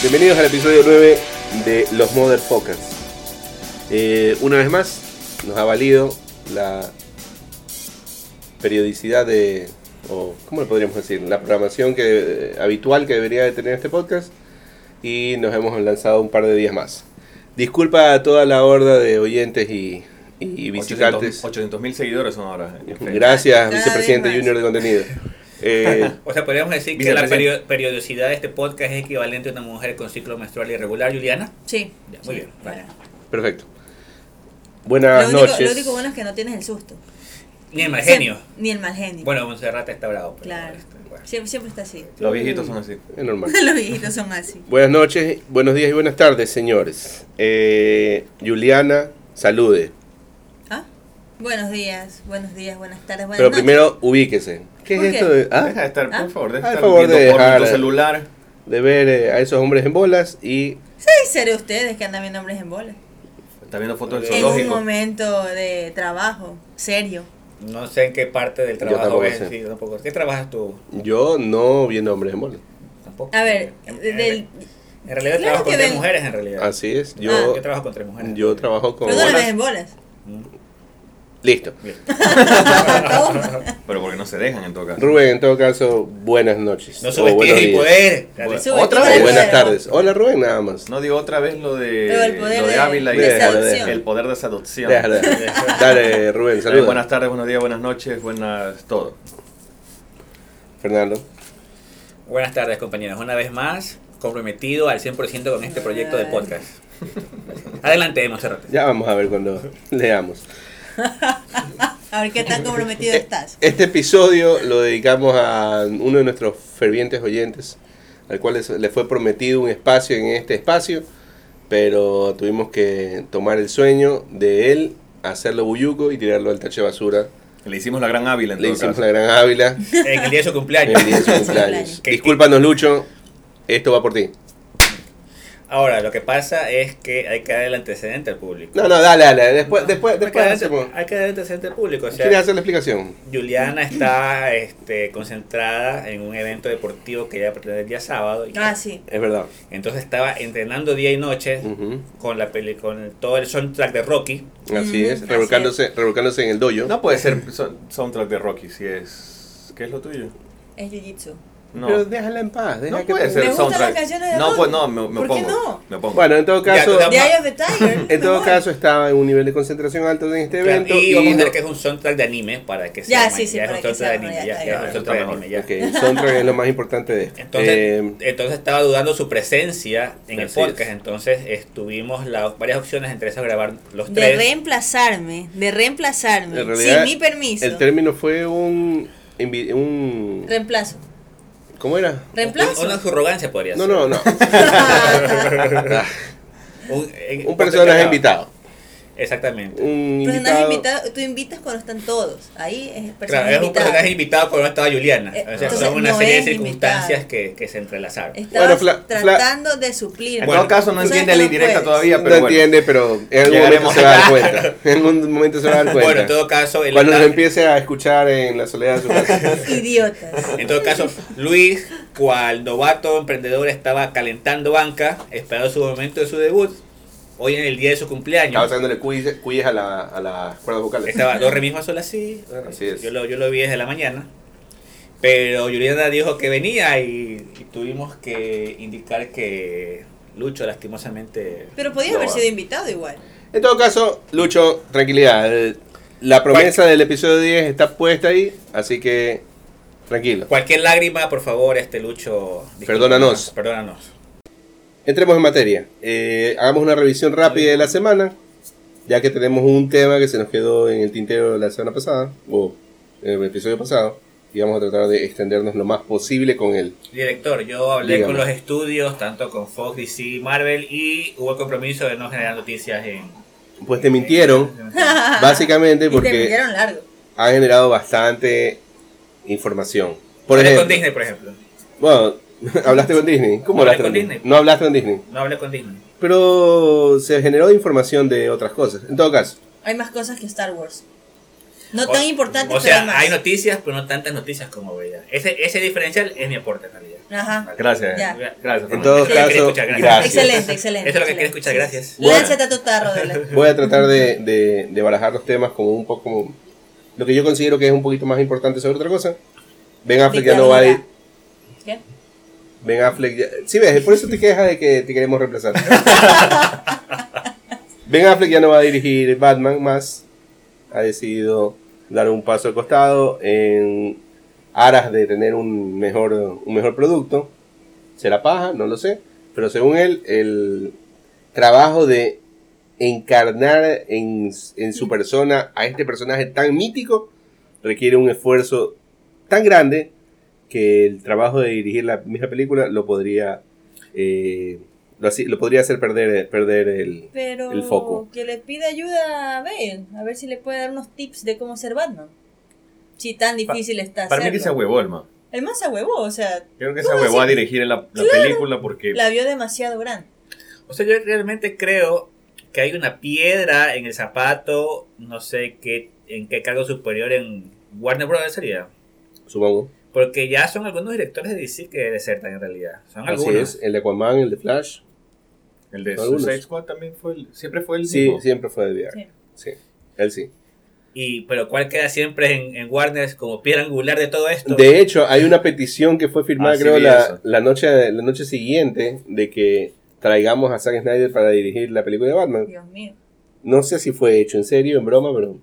Bienvenidos al episodio 9 de Los Motherfuckers. Eh, una vez más, nos ha valido la periodicidad de, o ¿cómo le podríamos decir? La programación que, eh, habitual que debería de tener este podcast y nos hemos lanzado un par de días más. Disculpa a toda la horda de oyentes y, y visitantes. 800 mil seguidores son ahora. en Facebook. Gracias, Cada vicepresidente vez más. junior de contenido. Eh, O sea, podríamos decir que la Vicepresidente. perio- periodicidad de este podcast es equivalente a una mujer con ciclo menstrual irregular, Juliana. Sí. Ya, muy bien, vale. perfecto. Lo Buenas único, noches. lo único bueno es que no tienes el susto. Ni el mal O sea, genio. Ni el mal genio. Bueno, Monserrate está bravo. pero Claro. este, bueno. Siempre, siempre está así. Los viejitos son así. Es normal. Los viejitos son así. Buenas noches, buenos días y buenas tardes, señores. Eh, Juliana, salude. ¿Ah? Buenos días, buenos días, buenas tardes, buenas Pero noches. primero ubíquese. ¿Qué es ¿Por qué? esto de, ah, Deja de estar, Ah. por favor, deja Ah, de estar favor, de viendo porno en tu dejar- celular. de ver eh, a esos hombres en bolas y ¿Qué seré ustedes que andan viendo hombres en bola? Está viendo fotos del En un zoológico. momento de trabajo serio. No sé en qué parte del Yo trabajo tampoco es. sé. sí, tampoco. ¿Qué trabajas tú? yo no viendo hombres en bolas. Tampoco. A ver, En, en- del, en realidad Claro trabajo que con tres ven- mujeres, en realidad. Así es, yo, Ah, yo trabajo con tres mujeres. yo trabajo con pero no los ves bolas. en bolas. Mm, Listo. bien. Pero porque no se dejan en todo caso. Rubén, en todo caso, buenas noches. no O buenos subestimes el días. poder. Bueno. Súbete ¿Otra al vez? O poder. buenas tardes. Hola Rubén, nada más. No digo otra vez lo Pero de, el poder lo de de- Ávila y de el, poder- seducción. el poder de seducción. Déjalo, Eh, déjalo. Dale, Rubén, saludos. buenas tardes, buenos días, buenas noches, buenas todo. Fernando. Buenas tardes, compañeros. Una vez más, comprometido al 100% con este proyecto Ah. de podcast. Adelante, Monserrate. Ya vamos a ver cuando leamos. A ver qué tan comprometido estás. Este episodio lo dedicamos a uno de nuestros fervientes oyentes, al cual les- le fue prometido un espacio en este espacio, pero tuvimos que tomar el sueño de él, hacerlo bulluco y tirarlo al tache de basura. Le hicimos la gran Ávila en Le todo hicimos caso. la gran Ávila En el día de su en cumpleaños. el día de su cumpleaños. cumpleaños. Discúlpanos, Lucho, esto va por ti. Ahora, lo que pasa es que hay que dar el antecedente al público. No, no, dale, dale, después, después, hay, que después dar, hacemos. hay que dar el antecedente al público. O ¿Quieres sea, hacer la explicación? Juliana está este, concentrada en un evento deportivo que ella pretende el día sábado. y- Ah, sí. Es verdad. Entonces estaba entrenando día y noche Ujú. con la peli, con todo el soundtrack de Rocky. Así Ujú, es, así revolcándose, revolcándose en el dojo. No puede ser son- soundtrack de Rocky si es. ¿Qué es lo tuyo? Es jiu-jitsu. No. Pero déjala en paz. deja no que- puede Me ser gustan soundtrack. las canciones de no, Rocky. pues no, me, me ¿Por qué pongo. no? Me pongo. Bueno, en todo caso, Ya, tú De Eye of the Tiger. en todo mejor. caso estaba en un nivel de concentración alto en este Claro, evento y vamos a no- ver que es un soundtrack de anime para que Ya, sea sí, sí, ya es para un que soundtrack de sea, anime, ya, ya, ya, ya es ya, un soundtrack de está anime, ya. Ok, el soundtrack es lo más importante de esto. Entonces, Eh, entonces estaba dudando su presencia en el Así es. podcast, entonces estuvimos las varias opciones entre esas grabar los De tres. reemplazarme, de reemplazarme. en realidad, sin mi permiso. El término fue un, invi- un Reemplazo. ¿cómo era? Reemplazo. Una arrogancia podría No, ser. no, no. Un, eh, en- un personaje invitado. Exactamente. Un Personajes invitado. invitados, tú invitas cuando están todos. Ahí es Claro, personaje es un invitado. personaje invitado cuando no estaba Eh, Juliana. O sea, entonces, son una no serie de es circunstancias invitado. que, que se entrelazaron. Estabas Bueno, Fla- Fla- tratando de suplir. en Bueno, todo caso, no ¿sabes entiende que la no indirecta puedes? todavía, No pero bueno. entiende, pero en algún momento Llegaremos se va a dar allá. cuenta. En algún momento se va a dar Bueno, en cuenta. todo caso, él Cuando está- nos empiece a escuchar en la soledad de su casa. Idiotas. en todo caso, Luis, cual novato emprendedor, estaba calentando banca, esperando su momento de su debut. Hoy en el día de su Estaba cumpleaños. dándole cuyes, cuyes a, la, a las cuerdas vocales. Estaba dos remis más sola así. Así es. Yo lo, yo lo vi desde la mañana. Pero Juliana dijo que venía y, y tuvimos que indicar que Lucho lastimosamente... Pero podías No, haber va. sido invitado igual. En todo caso, Lucho, tranquilidad. El- La promesa del episodio 10 está puesta ahí, así que tranquilo. Cualquier lágrima, por favor, este Lucho... disculpa, Perdónanos. Perdónanos. Entremos en materia. Eh, hagamos una revisión rápida de la semana, ya que tenemos un tema que se nos quedó en el tintero la semana pasada, o en el episodio pasado, y vamos a tratar de extendernos lo más posible con él. Director, yo hablé Dígame. con los estudios, tanto con Fox, DC y Marvel, y hubo el compromiso de no generar noticias en... Pues te mintieron, básicamente Y te porque miraron largo. han generado bastante información. Por Por hablé ejemplo, con Disney, por ejemplo. Bueno, hablaste con Disney. ¿Cómo Hablé hablaste con con Disney? Disney. No hablaste con Disney. No hablé con Disney. Pero se generó información de otras cosas. En todo caso, Hay más cosas que Star Wars. No tan importante, O pero sea, más. hay noticias, pero no tantas noticias como Bella. Ese, ese diferencial es mi aporte en realidad. Ajá. Gracias. Ya. Gracias. En Fernando. todo Eso es lo que quería caso, escuchar, gracias. Excelente, excelente. Eso es lo que quería excelente. escuchar, gracias. Bueno. Lánzate a tu tarro, Dela. Voy a tratar de, de- de barajar los temas como un poco como lo que yo considero que es un poquito más importante sobre otra cosa. Ben Affleck ya no va a ir. ¿Qué? Ben Affleck ya... Sí, ves, por eso te quejas de que te queremos reemplazar. ben Affleck ya no va a dirigir Batman más. Ha decidido dar un paso al costado en aras de tener un mejor, un mejor producto. ¿Será paja? No lo sé. Pero según él, el trabajo de encarnar en, en su persona a este personaje tan mítico requiere un esfuerzo tan grande que el trabajo de dirigir la misma película lo podría eh, lo, haci- lo podría hacer perder perder el Pero El foco. que le pida ayuda a Bale, a ver si le puede dar unos tips de cómo ser Batman. Si tan difícil está Para mí que se hacerlo. huevó el man. El más se huevó, o sea, Yo creo que se huevó a dirigir la, la película porque la vio demasiado grande. O sea, yo realmente creo que hay una piedra en el zapato, no sé qué, en qué cargo superior en Warner Bros. sería. supongo Porque ya son algunos directores de DC que desertan en realidad. Son así algunos. es el de Aquaman el de Flash el de Algunos. Suicide Squad también fue el, siempre fue el sí mismo. siempre fue de viaje sí Sí. él sí Y, pero ¿cuál queda siempre en, en Warner como piedra angular de todo esto? De hecho, hay una petición que fue firmada, Ah, sí, creo, vi la, eso. la noche, la noche siguiente de que traigamos a Zack Snyder para dirigir la película de Batman. Dios mío. No sé si fue hecho en serio, en broma, pero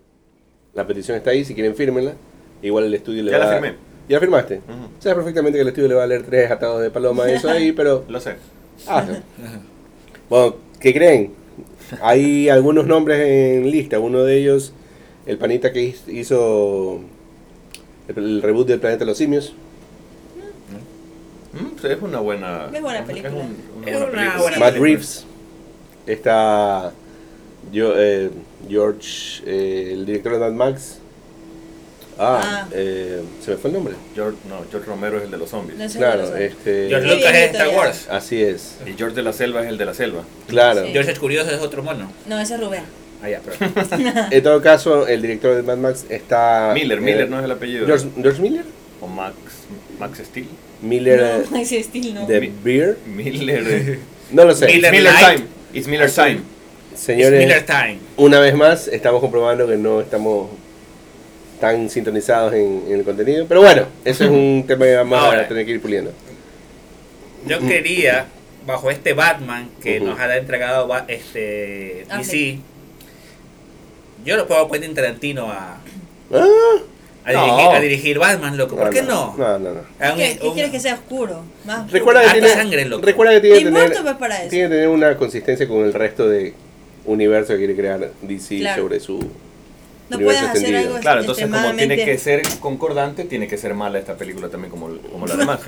la petición está ahí. Si quieren, fírmenla. Igual el estudio le Ya va la a- firmé. ¿Ya la firmaste? Ujú, Sabes perfectamente que el estudio le va a leer tres atados de paloma eso ahí, pero... Lo sé. Ah, bueno, ¿qué creen? Hay algunos nombres en lista. Uno de ellos, el panita que hiz- hizo el- el reboot del Planeta de los Simios. Mm, sí, es una buena. Es buena película. un- una Es una película. buena Matt película. Reeves. Está yo, eh, George, eh, el director de Mad Max. Ah, Ah. eh, se me fue el nombre. George, no, George Romero es el de los zombies. No sé Claro, cómo son. este. George Qué Lucas es viejito Star ya. Wars. Así es. Y George de la Selva es el de la Selva. Claro. Sí. George es curioso, es otro mono. No, ese es Rubén. Ah, ya, pero. En todo caso, el director de Mad Max está. Miller, eh, Miller no es el apellido. George, George Miller. O Max, Max Steel. Miller eh, no, ese estilo no. de Mi- Beer. Miller. eh, No lo sé. Miller Light. Time. It's Miller Time. Es Señores, Miller Time. una vez más estamos comprobando que no estamos tan sintonizados en, en el contenido. Pero bueno, ese es un tema que vamos a Ahora. tener que ir puliendo. Yo quería, bajo este Batman que Mm. Ujú. nos ha entregado Ba- este Affleck. DC, yo lo puedo poner en Tarantino a, Ah, a, No. dirigir, a dirigir Batman, loco. ¿Por qué no? No, no, no. Hagan ¿Qué, un- qué un- quieres que sea oscuro? Más Recuerda que, Harta tiene, sangre, loco. recuerda que tiene que Y tener, muerto, pues, para eso. tiene que tener una consistencia con el resto de universo que quiere crear DC Claro. sobre su... No universo puedes hacer extendido. algo Claro, entonces como tiene extremadamente- que ser concordante, tiene que ser mala esta película también como, como la demás.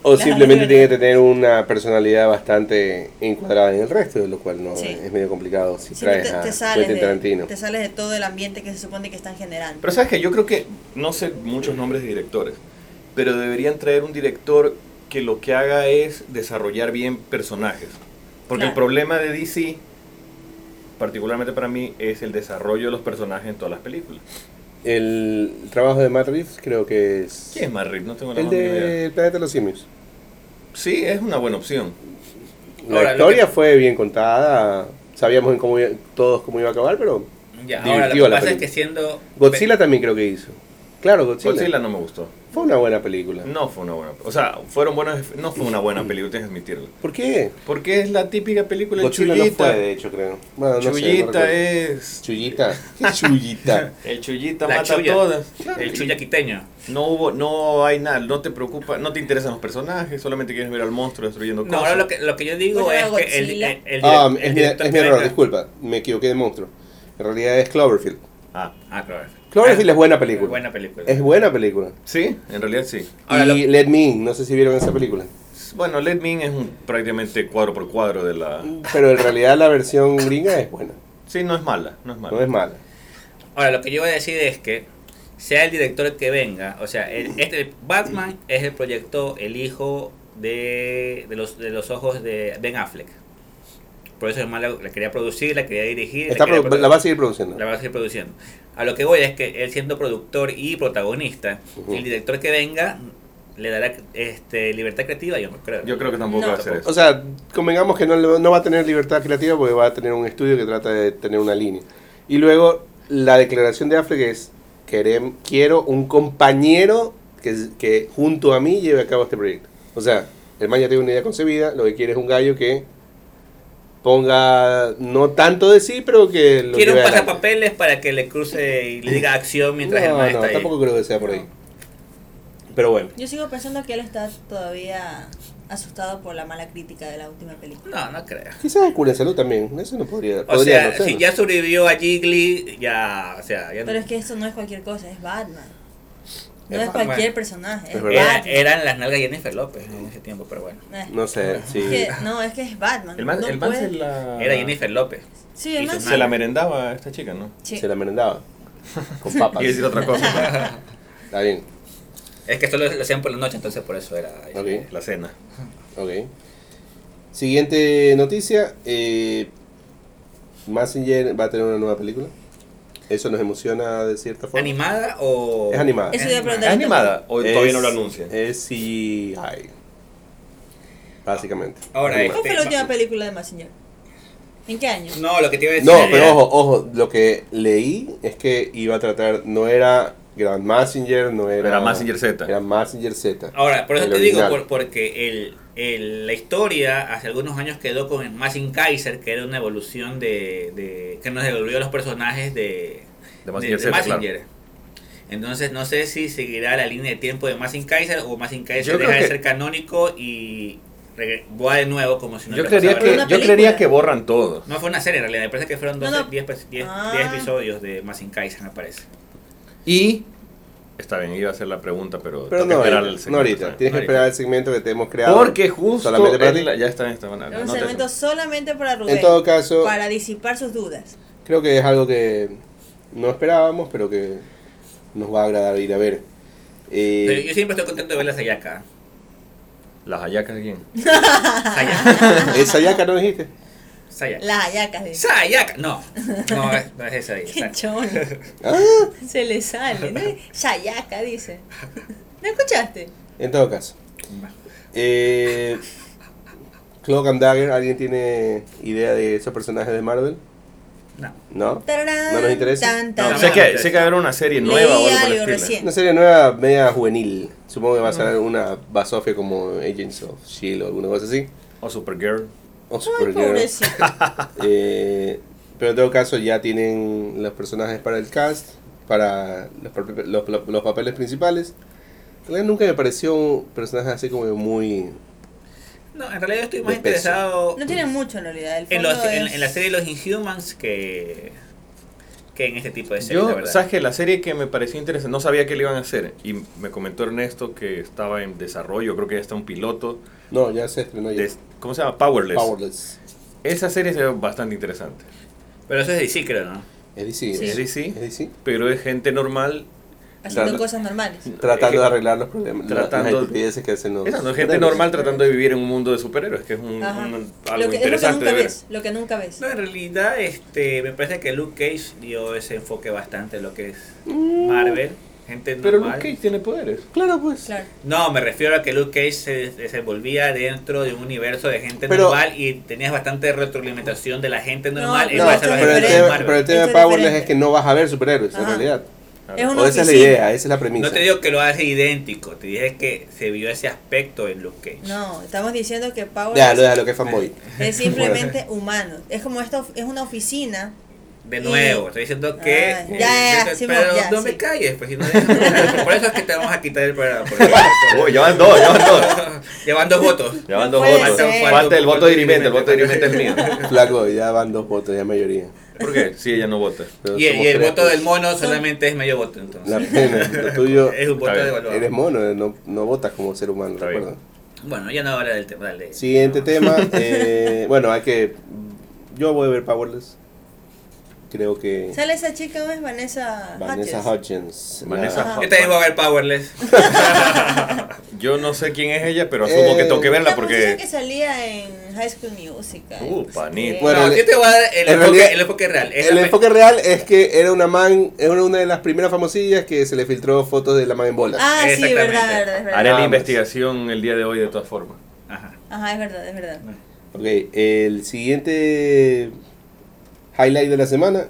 O Claro, simplemente claro. tiene que tener una personalidad bastante encuadrada en el resto, de lo cual no Sí. es medio complicado si Si no, traes te, a te sales Quentin de, Tarantino. te sales de todo el ambiente que se supone que están generando. Pero sabes que yo creo que, no sé muchos nombres de directores, pero deberían traer un director que lo que haga es desarrollar bien personajes. Porque el Claro. problema de DC, particularmente para mí, es el desarrollo de los personajes en todas las películas. El trabajo de Matt Reeves creo que es... ¿Quién es Marriott? No tengo la El más mínima idea. de El Planeta de los Simios. Sí, es una buena opción. La Ahora, lo historia que- fue bien contada, sabíamos en cómo, iba- todos cómo iba a acabar, pero... Ya, ahora lo que Divertido la pasa es película. que siendo... Godzilla también creo que hizo. Claro, Godzilla. Godzilla no me gustó. Fue una buena película. No fue una buena. O sea, fueron buenas. No fue una buena película, tienes que admitirlo. ¿Por qué? Porque es la típica película de Godzilla chullita. no fue, de hecho, creo. Bueno, no sé, no chullita recuerdo. es. Chullita. ¿Qué es chullita? El chullita La mata chulla. a todas. El chulla quiteño. No hubo, no hay nada, no te preocupa, no te interesan los personajes, solamente quieres ver al monstruo destruyendo No, cosas. ahora lo que, lo que yo digo Bueno, es que el, Godzilla. el, el- ah, el es, mi, director es mi error, Frank- disculpa. Me equivoqué de monstruo. En realidad es Cloverfield. Ah, Ah, claro. Cloverfield Ah, es buena película. Buena película. Es buena película. sí, en realidad sí. Ahora, y Let Me In, no sé si vieron esa película. Bueno, Let Me In es un, prácticamente cuadro por cuadro de la... Pero en realidad la versión gringa es buena. Sí, no es mala, no es mala. No es mala. Ahora, lo que yo voy a decir es que sea el director que venga, o sea, el- este Batman es el proyecto, el hijo de, de los, de los ojos de Ben Affleck. Por eso es más la, la quería producir, la quería dirigir. Está quería produ- la va a seguir produciendo. la va a seguir produciendo. A lo que voy es que él siendo productor y protagonista, Ujú. el director que venga le dará este, libertad creativa, yo no creo. Yo creo que tampoco No. va a ser eso. O sea, convengamos que no, le- no va a tener libertad creativa porque va a tener un estudio que trata de tener una línea. Y luego la declaración de Affleck es, "Querem- quiero un compañero que, que junto a mí lleve a cabo este proyecto. O sea, el man ya tiene una idea concebida, lo que quiere es un gallo que ponga no tanto de sí, pero que lo Quiere un lleve adelante. pasapapeles para que le cruce y le diga acción mientras el No, man no, está ahí. tampoco creo que sea por ahí. Pero bueno. Yo sigo pensando que él está todavía asustado por la mala crítica de la última película. No, no creo. Quizás cúrenselo también, eso no podría, O podría sea, no ser, si ¿no? ya sobrevivió a Jiggly, ya, o sea, ya no- Pero es que eso no es cualquier cosa, es Batman. No Em. es, Es Batman. cualquier personaje, es, Es verdad. Era- Batman. eran las nalgas de Jennifer López en ese tiempo, pero bueno. Eh, No sé, sí. es que- no, es que es Batman. El man, no el man se puede- la. Ah. Era Jennifer López. Sí, el hizo man nada. Se la merendaba a esta chica, ¿no? sí. Se la merendaba. Con papas. Y decir otra cosa. Está bien, Es que solo lo hacían por la noche, entonces por eso era. este, Ok. la cena. ok. Siguiente noticia. Eh, Massinger va a tener una nueva película. Eso nos emociona de cierta forma. ¿Animada o.? Es animada. Eso iba a ¿Es preguntar. animada o Es- todavía no lo anuncian? Es CGI. Básicamente. Ahora, Animada. ¿Cuál fue la última película de Massinger? ¿En qué año? Ah, No, lo que te iba a decir. No, era- pero ojo, ojo. Lo que leí es que iba a tratar. No era Grand Massinger, no era. Era Mazinger Z. Era Mazinger Z. Ahora, por eso El te digo, original. por- porque el, el- la historia hace algunos años quedó con Massing Kaiser, que era una evolución de, de- que nos devolvió los personajes de, De Mazinger Z, Mazinger. Entonces, no sé si seguirá la línea de tiempo de Massing Kaiser o Massing Kaiser Yo deja creo de que- ser canónico y reg- va de nuevo como si no Yo hubiera creería, pasado que, Una nada. yo película. creería que borran todo. No fue una serie en realidad, me parece que fueron No, 12, no. 10, pe- 10 Ah. 10 episodios de Massing Kaiser, me parece. Y. Está bien, iba a hacer la pregunta, pero. Pero tengo que no, esperar ahorita, el no segmento, ahorita. ¿sabes? Tienes que Ahorita. esperar el segmento que te hemos creado. Porque justo. Solamente para es ti. la- ya está, está. van a- Era un anótense. segmento solamente para Rubén. En todo caso, Para disipar sus dudas. creo que es algo que no esperábamos, pero que nos va a agradar ir a ver. Eh, Pero yo siempre estoy contento de ver la Sayaka. Las hallacas de quién. Sayaka. ¿Es Sayaka, no dijiste? Sayaka. Las ayacas de. Sayaka. No, no, es- no es esa. ahí, ¡Qué Sayaka. chon! Ah, Se le sale. ¿no? Sayaca, dice. ¿No escuchaste? en todo caso. Eh, Cloak and Dagger, ¿alguien tiene idea de esos personajes de Marvel? No. ¿No? Tararán, ¿No nos interesa? tan, No, No, tan. sé, no, que, no, sé que no. va a haber una serie Leí nueva o algo por el algo estilo. recién. Una serie nueva, media juvenil. Supongo que va a ser una basofia como Agents of S.H.I.E.L.D. E o alguna cosa así. O Supergirl. O Ay, Supergirl. pobrecito. Eh, pero en todo caso ya tienen los personajes para el cast, para los, pap- los- los- los papeles principales. En realidad nunca me pareció un personaje así como muy... No, en realidad yo estoy más De peso. interesado No tiene mucho en realidad. El en, fondo los, en, es- en la serie de los Inhumans que, que en este tipo de series, la Yo, verdad. sabes que la serie que me pareció interesante, no sabía qué le iban a hacer. Y me comentó Ernesto que estaba en desarrollo, creo que ya está un piloto. No, ya se estrenó ya. de- ¿Cómo se llama? Powerless. Powerless. Esa serie se ve bastante interesante. Pero eso es DC, creo, ¿no? Es DC. Sí. Es DC. Es DC. Pero es gente normal. Haciendo Claro. cosas normales. Tratando de Eh, arreglar los problemas. la- Tratando- las estupideces que hacen los... Esa no es gente superhéroes. normal tratando de vivir en un mundo de superhéroes, que es un, Ajá. un- lo algo que, es lo que interesante nunca de ver. ves. Lo que nunca ves. No, en realidad este, me parece que Luke Cage dio ese enfoque bastante a lo que es Marvel, gente Mm. normal. Pero Luke Cage tiene poderes. Claro, pues. Claro. No, me refiero a que Luke Cage se desenvolvía dentro de un universo de gente Pero- normal y tenías bastante retroalimentación de la gente normal en No, Igual se base a pero, la ve el gente de diferente. tema, pero Marvel. el tema Esto de es Powerless diferente. es que no vas a ver superhéroes, en Ajá. realidad. Es una O esa es la oficina. idea, esa es la premisa. No te digo que lo hace idéntico, te dije que se vio ese aspecto en Luke Cage. No, estamos diciendo que Power Ya, lo, lo que es fanboy. Eh. es simplemente humano. Es como esto, es una oficina. De Y- nuevo, estoy diciendo que. Ah, ya, ya, entonces, sí, pero ya, no sí. me calles, pues si no déjame hablar. Por eso es que te vamos a quitar el programa. por eso. Oh, ya van dos, ya van dos. Llevando votos. Ya van dos puede votos. ser. Falta el voto dirimente, el voto dirimente es mío. Flaco, ya van dos votos, ya mayoría. ¿Por qué? Sí, ella no vota. Pero Y, y somos el tres, voto pues. del mono solamente es medio voto, entonces. La pena, lo tuyo. es un voto Está bien, devaluado. Eres mono, no, no votas como ser humano, Está recuerda. bien. Bueno, ya no habla del tema. Dale. Siguiente tema. eh, bueno, hay que. Yo voy a ver Powerless. creo que Sale esa chica, ¿no? Es Vanessa Vanessa Hudgens. Hutchins. Vanessa la- Ajá. Yo también voy a ver Powerless. Yo no sé quién es ella, pero asumo Eh, que tengo que verla Una muchacha porque. que salía en High School Musical. Uh, panita. Bueno, no, el- yo te voy a dar el, en enfoque, realidad- el enfoque real. Es El la pe- enfoque real es que era una man, era una de las primeras famosillas que se le filtró fotos de la man en bola. Ah, sí, Exactamente. verdad, verdad, es verdad. Haré la Vamos. investigación el día de hoy de todas formas. Ajá. Ajá, es verdad, es verdad. Ok, el siguiente highlight de la semana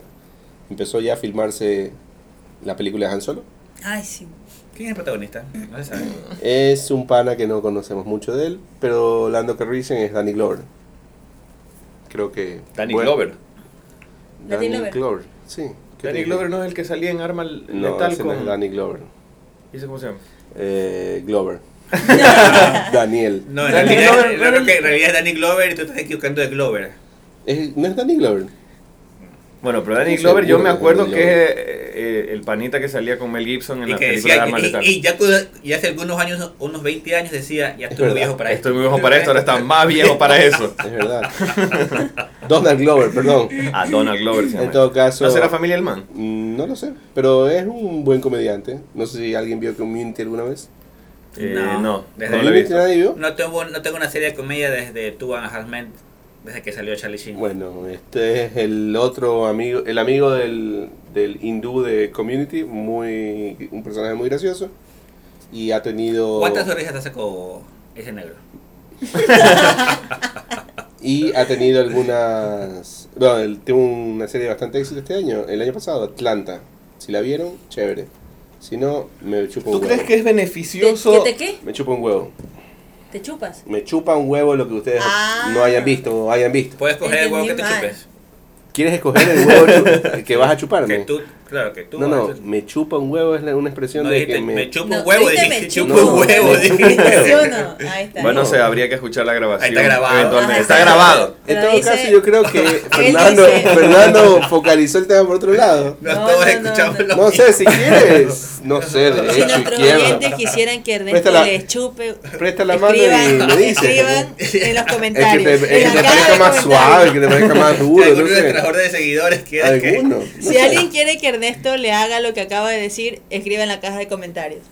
empezó ya a filmarse la película de Han Solo. Ay, sí. ¿Quién es el protagonista? No se sabe. Es un pana que no conocemos mucho de él, pero Lando Carrisen es Danny Glover. Creo que. Danny bueno, Glover. Danny Danny Glover. Glover, sí. ¿Qué te Danny dije? Glover no es el que salía en arma l- No, letal ese no con. es Danny Glover. ¿Y ese cómo se llama? Eh, Glover. Daniel. No, en Danny realidad, Glover, yo creo Danny- que en realidad es Danny Glover y tú estás equivocando de Glover. Es- no es Danny Glover. Bueno, pero Danny Sí, Glover, yo seguro me que es acuerdo Danny que es eh, eh, el panita que salía con Mel Gibson en Y la que película de decía, arma y, letal. y ya, cu- y hace algunos años, unos 20 años decía, ya estoy muy verdad, viejo para esto. Estoy muy viejo para esto, ahora está más viejo para eso. Es verdad. Donald Glover, perdón. A Donald Glover se llama. En todo caso. ¿No será familia el man? Mm, No lo sé, pero es un buen comediante. No sé si alguien vio Community alguna vez. Eh, No. no, no, Desde lo he Community visto. nadie vio. No tengo, no tengo una serie de comedia desde Two and a Half Men, desde que salió Charlie Sheen. Bueno, este es el otro amigo, el amigo del, del hindú de Community, muy un personaje muy gracioso y ha tenido ¿Cuántas sonrisas te sacó ese negro? y ha tenido algunas, bueno, él tuvo una serie de bastante éxito este año, el año pasado Atlanta. Si la vieron, chévere. Si no, me chupa un ¿Tú huevo. crees que es ¿Te, beneficioso? ¿qué te qué? Me chupa un huevo. ¿Te chupas? Me chupa un huevo lo que ustedes Ah. no hayan visto o hayan visto. Puedes coger el huevo que te Entendí mal. chupes. ¿Quieres escoger el huevo chu- que vas a chuparme? Que tú, claro, que tú. no, no, haces- me chupa un huevo es la- una expresión no de dijiste, que me, me... chupo No, un huevo, dijiste, dijiste, "Me chupo chupo un un huevo. huevo. dijiste. ¿Sí o no? Ahí está. Bueno, No. se habría que escuchar la grabación. Ahí está grabado. eventualmente. Ajá, Está grabado. En Pero todo dice- caso, yo creo que Fernando, dice- Fernando focalizó el tema por otro lado. No, No, todos no, no, escuchamos no. lo No mismo. sé, si quieres, no sé, Si derecho, nuestros izquierda. oyentes quisieran que Ernesto Presta la- les chupe, Presta la mano y escriban, me dices. escriban en los El que comentarios. te, el en que la te caja parezca de más comentarios. suave, el que te parezca más duro, no Alguno de nuestra sé. horda de seguidores quiere que. Alguno. no Si sé. alguien quiere que Ernesto le haga lo que acaba de decir, escriba en la caja de comentarios.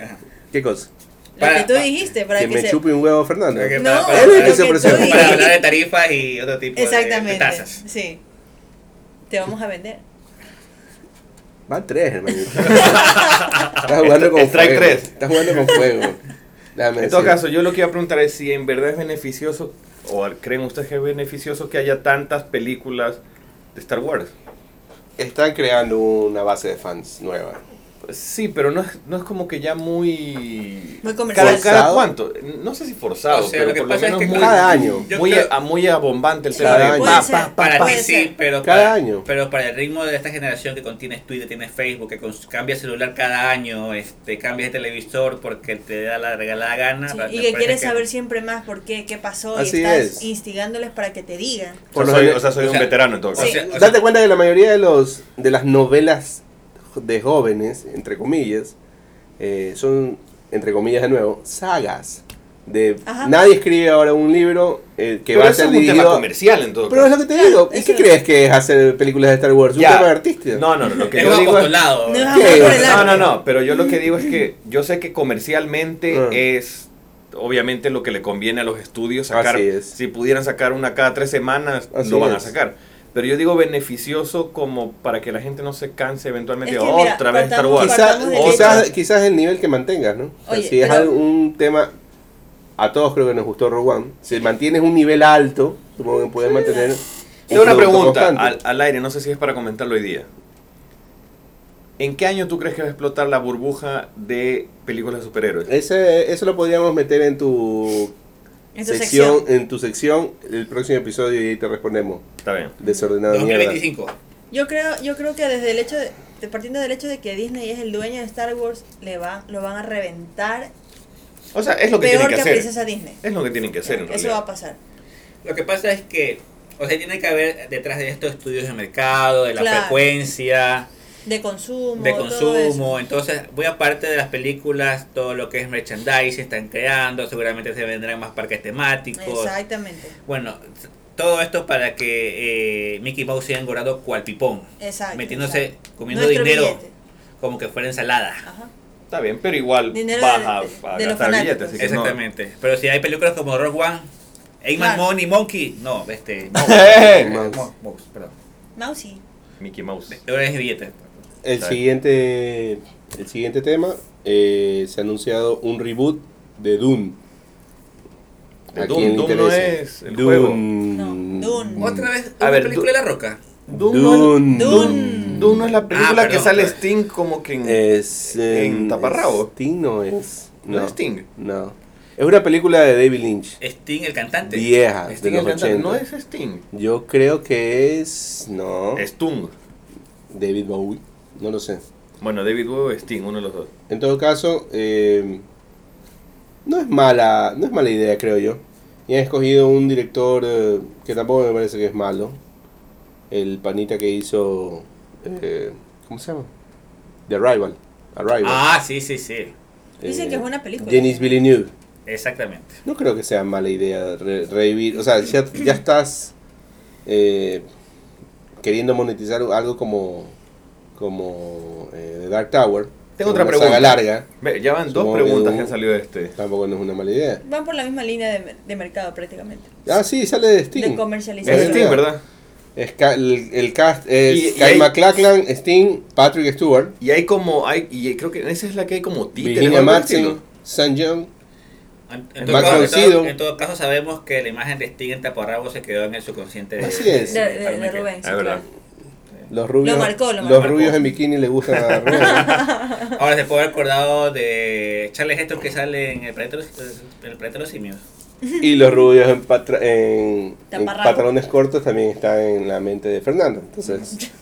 ¿Qué cosa? Lo Para- que tú para- dijiste, para Que que, me se... chupe un huevo Fernando. Para que- No, para- Él es el que lo se tú presiona. dijiste. Para hablar de tarifas y otro tipo de- de, Exactamente. tasas. sí. Te vamos a vender. Van tres, hermanito. Estás jugando con Strike fuego. tres. Estás jugando con fuego. Déjame En todo decir. caso, yo lo que iba a preguntar es si en verdad es beneficioso, o creen ustedes que es beneficioso que haya tantas películas de Star Wars. Están creando una base de fans nueva. Pues Sí, pero no es, no es como que ya muy... Muy ¿Cada, comercial. Forzado. cada cuánto? No sé si forzado, O sea, pero lo que por lo pasa es menos que muy, cada año. Yo muy, creo- a- muy abombante el Sí, tema cada de... año. pa, puede ser. pa, pa, Para pa. ti Puede sí, ser. pero Cada para, año. pero para el ritmo de esta generación que contienes Twitter, tienes Facebook, que cons- cambias celular cada año, este, cambias de televisor porque te da la regalada gana. Sí, y pa- me que parece quieres saber siempre más por qué, qué pasó Así y estás es. instigándoles para que te digan. O Ah, Por lo sea, soy, general- o sea, soy o un sea, veterano en todo o caso. sea, o sea, Date cuenta que la mayoría de los de las novelas de jóvenes, entre comillas, eh, son, entre comillas de nuevo, sagas. De, Ajá. nadie escribe ahora un libro eh, que Pero va a eso ser es un tema dirigido. comercial en todo Pero es caso. lo que te digo. ¿Y eso qué es. crees que es hacer películas de Star Wars? Un Ya. tema de artista. No, no, no, lo que es yo un digo es... apostolado. Ah, No, ¿Qué? por el No, arte. no, no, pero yo lo que digo es que yo sé que comercialmente Ah. es obviamente lo que le conviene a los estudios sacar. Así es. Si pudieran sacar una cada tres semanas, Así lo van a es. sacar. Pero yo digo beneficioso como para que la gente no se canse eventualmente Es que mira, otra vez Star partamos- Wars. Quizá- Partamos de que- quizás, quizás el nivel que mantengas, ¿no? O sea, Oye, si es pero- algo- un tema, a todos creo que nos gustó Rogue One. Si mantienes un nivel alto, supongo que puedes mantener. un Tengo una producto pregunta constante. al, al aire, no sé si es para comentarlo hoy día. ¿En qué año tú crees que va a explotar la burbuja de películas de superhéroes? Eh. Ese, eso lo podríamos meter en tu, En tu sección, sección. en tu sección, el próximo episodio y ahí te respondemos. Está bien. Desordenado mierda. 2025. Yo creo, yo creo que desde el hecho de, de- partiendo del hecho de que Disney es el dueño de Star Wars, le van, lo van a reventar O sea, es lo que tienen peor que, que a hacer. Princesa Disney. Es lo que tienen que hacer en Eso va a realidad. pasar. Lo que pasa es que, o sea, tiene que haber detrás de estos estudios de mercado, de la Claro. frecuencia, De consumo, de todo eso. consumo. Entonces, voy aparte de las películas, todo lo que es merchandise están creando, seguramente se vendrán más parques temáticos. Exactamente. Bueno, Todo esto para que eh, Mickey Mouse siga engordando cual pipón. Exacto. metiéndose, exacto. comiendo Nuestro dinero billete. Ah. como que fuera ensalada. Ajá. Está bien, pero igual Dinero baja de- a de los gastar billetes. fanáticos. así que no. Exactamente. Pero si hay películas como Rock One, Eggman Claro. Money, Monkey, no, este. ¡Eh! Mouse. Mo- Mouse, perdón. Mousy. Mickey Mouse. Dólares de billetes. El Está bien. siguiente, el siguiente tema, eh, se ha anunciado un reboot de Dune. De ¿A Dune, quién le Dune no interesa? es el Dune. Mm. juego. No, Dune. Otra vez, A una ver, película du- de la roca. Dune. Dune. Dune. Dune no es la película Ah, que perdón. sale Sting como que en... Es em, En Taparrabo. Sting Eh, no es. ¿No es Sting? No. Es una película de David Lynch. Sting, el cantante. Vieja, Sting Ah, de el los cantante. 80. No es Sting. Yo creo que es. No. Stung. David Bowie. No lo sé. Bueno, David Bowie o Sting, uno de los dos. En todo caso, eh, no es mala, no es mala idea, creo yo. Y han escogido un director eh, que tampoco me parece que es malo. El panita que hizo, eh, ¿cómo se llama? The Arrival. Arrival. Ah, sí, sí, sí. Dicen que es buena película. Denis Villeneuve. Exactamente. No creo que sea mala idea re- revivir, o sea, ya, ya estás eh, queriendo monetizar algo como como eh, The Dark Tower. Tengo que es otra una pregunta. Saga larga. Ve, ya van dos Supongo que preguntas Dune- que han salido de este. Tampoco no es una mala idea. Van por la misma línea de, mer- de mercado prácticamente. Ah, sí, sale de Sting. De comercialización. Es Sting, ¿verdad? Es ca- el, el cast es Y- y Kyle hay- MacLachlan, Sting, Patrick Stewart, Y hay como, hay, y creo que esa es la que hay como títeres. Virginia algo por el Madsen, estilo. Sam Young. En, El en todo más caso, en todo- conocido. en todo caso, sabemos que la imagen de Sting en taparrabo se quedó en el subconsciente de, Así es. De, de- de Carmen, que- Rubén. sí, Es verdad. claro. Los rubios, Lo marcó, lo los marcó. rubios en bikini le gustan a Rubén. Ahora se puede haber acordado de Charles Heston que sale en el planeta de los- en el planeta de los simios. Y los rubios en, patra- en- en Taparrabo. pantalones cortos también está en la mente de Fernando. Entonces,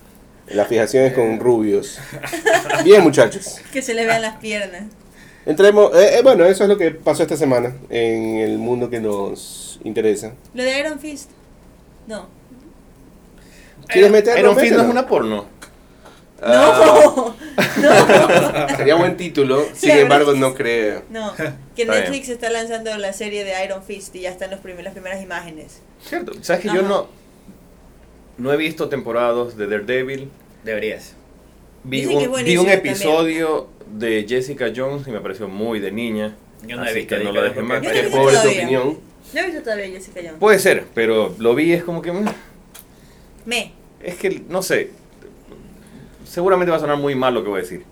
la fijación es con rubios. Bien, muchachos. Que se le vean las piernas. Entremos. eh, eh, bueno, eso es lo que pasó esta semana en el mundo que nos interesa. Lo de Iron Fist. No. ¿Quieres meterlo? Iron Fist no es Mételo. una porno. Ah, No. No. Ah. Sería buen título, sin verdad embargo que sí. no creo. No. Que Está Netflix está lanzando la serie de Iron Fist y ya están los prim- las primeras imágenes. Cierto. ¿Sabes que Ajá. yo no, no he visto temporadas de Daredevil? Deberías. Vi Dicen un, que es vi un buenísimo también. episodio de Jessica Jones y me pareció muy de niña. Yo no así he visto que no Jessica lo Jones dejé porque- más. Yo no Que he visto pobre tu todavía. opinión. No he visto todavía Jessica Jones. Puede ser, pero lo vi es como que... mm, Me. Es que, no sé. Seguramente va a sonar muy mal lo que voy a decir.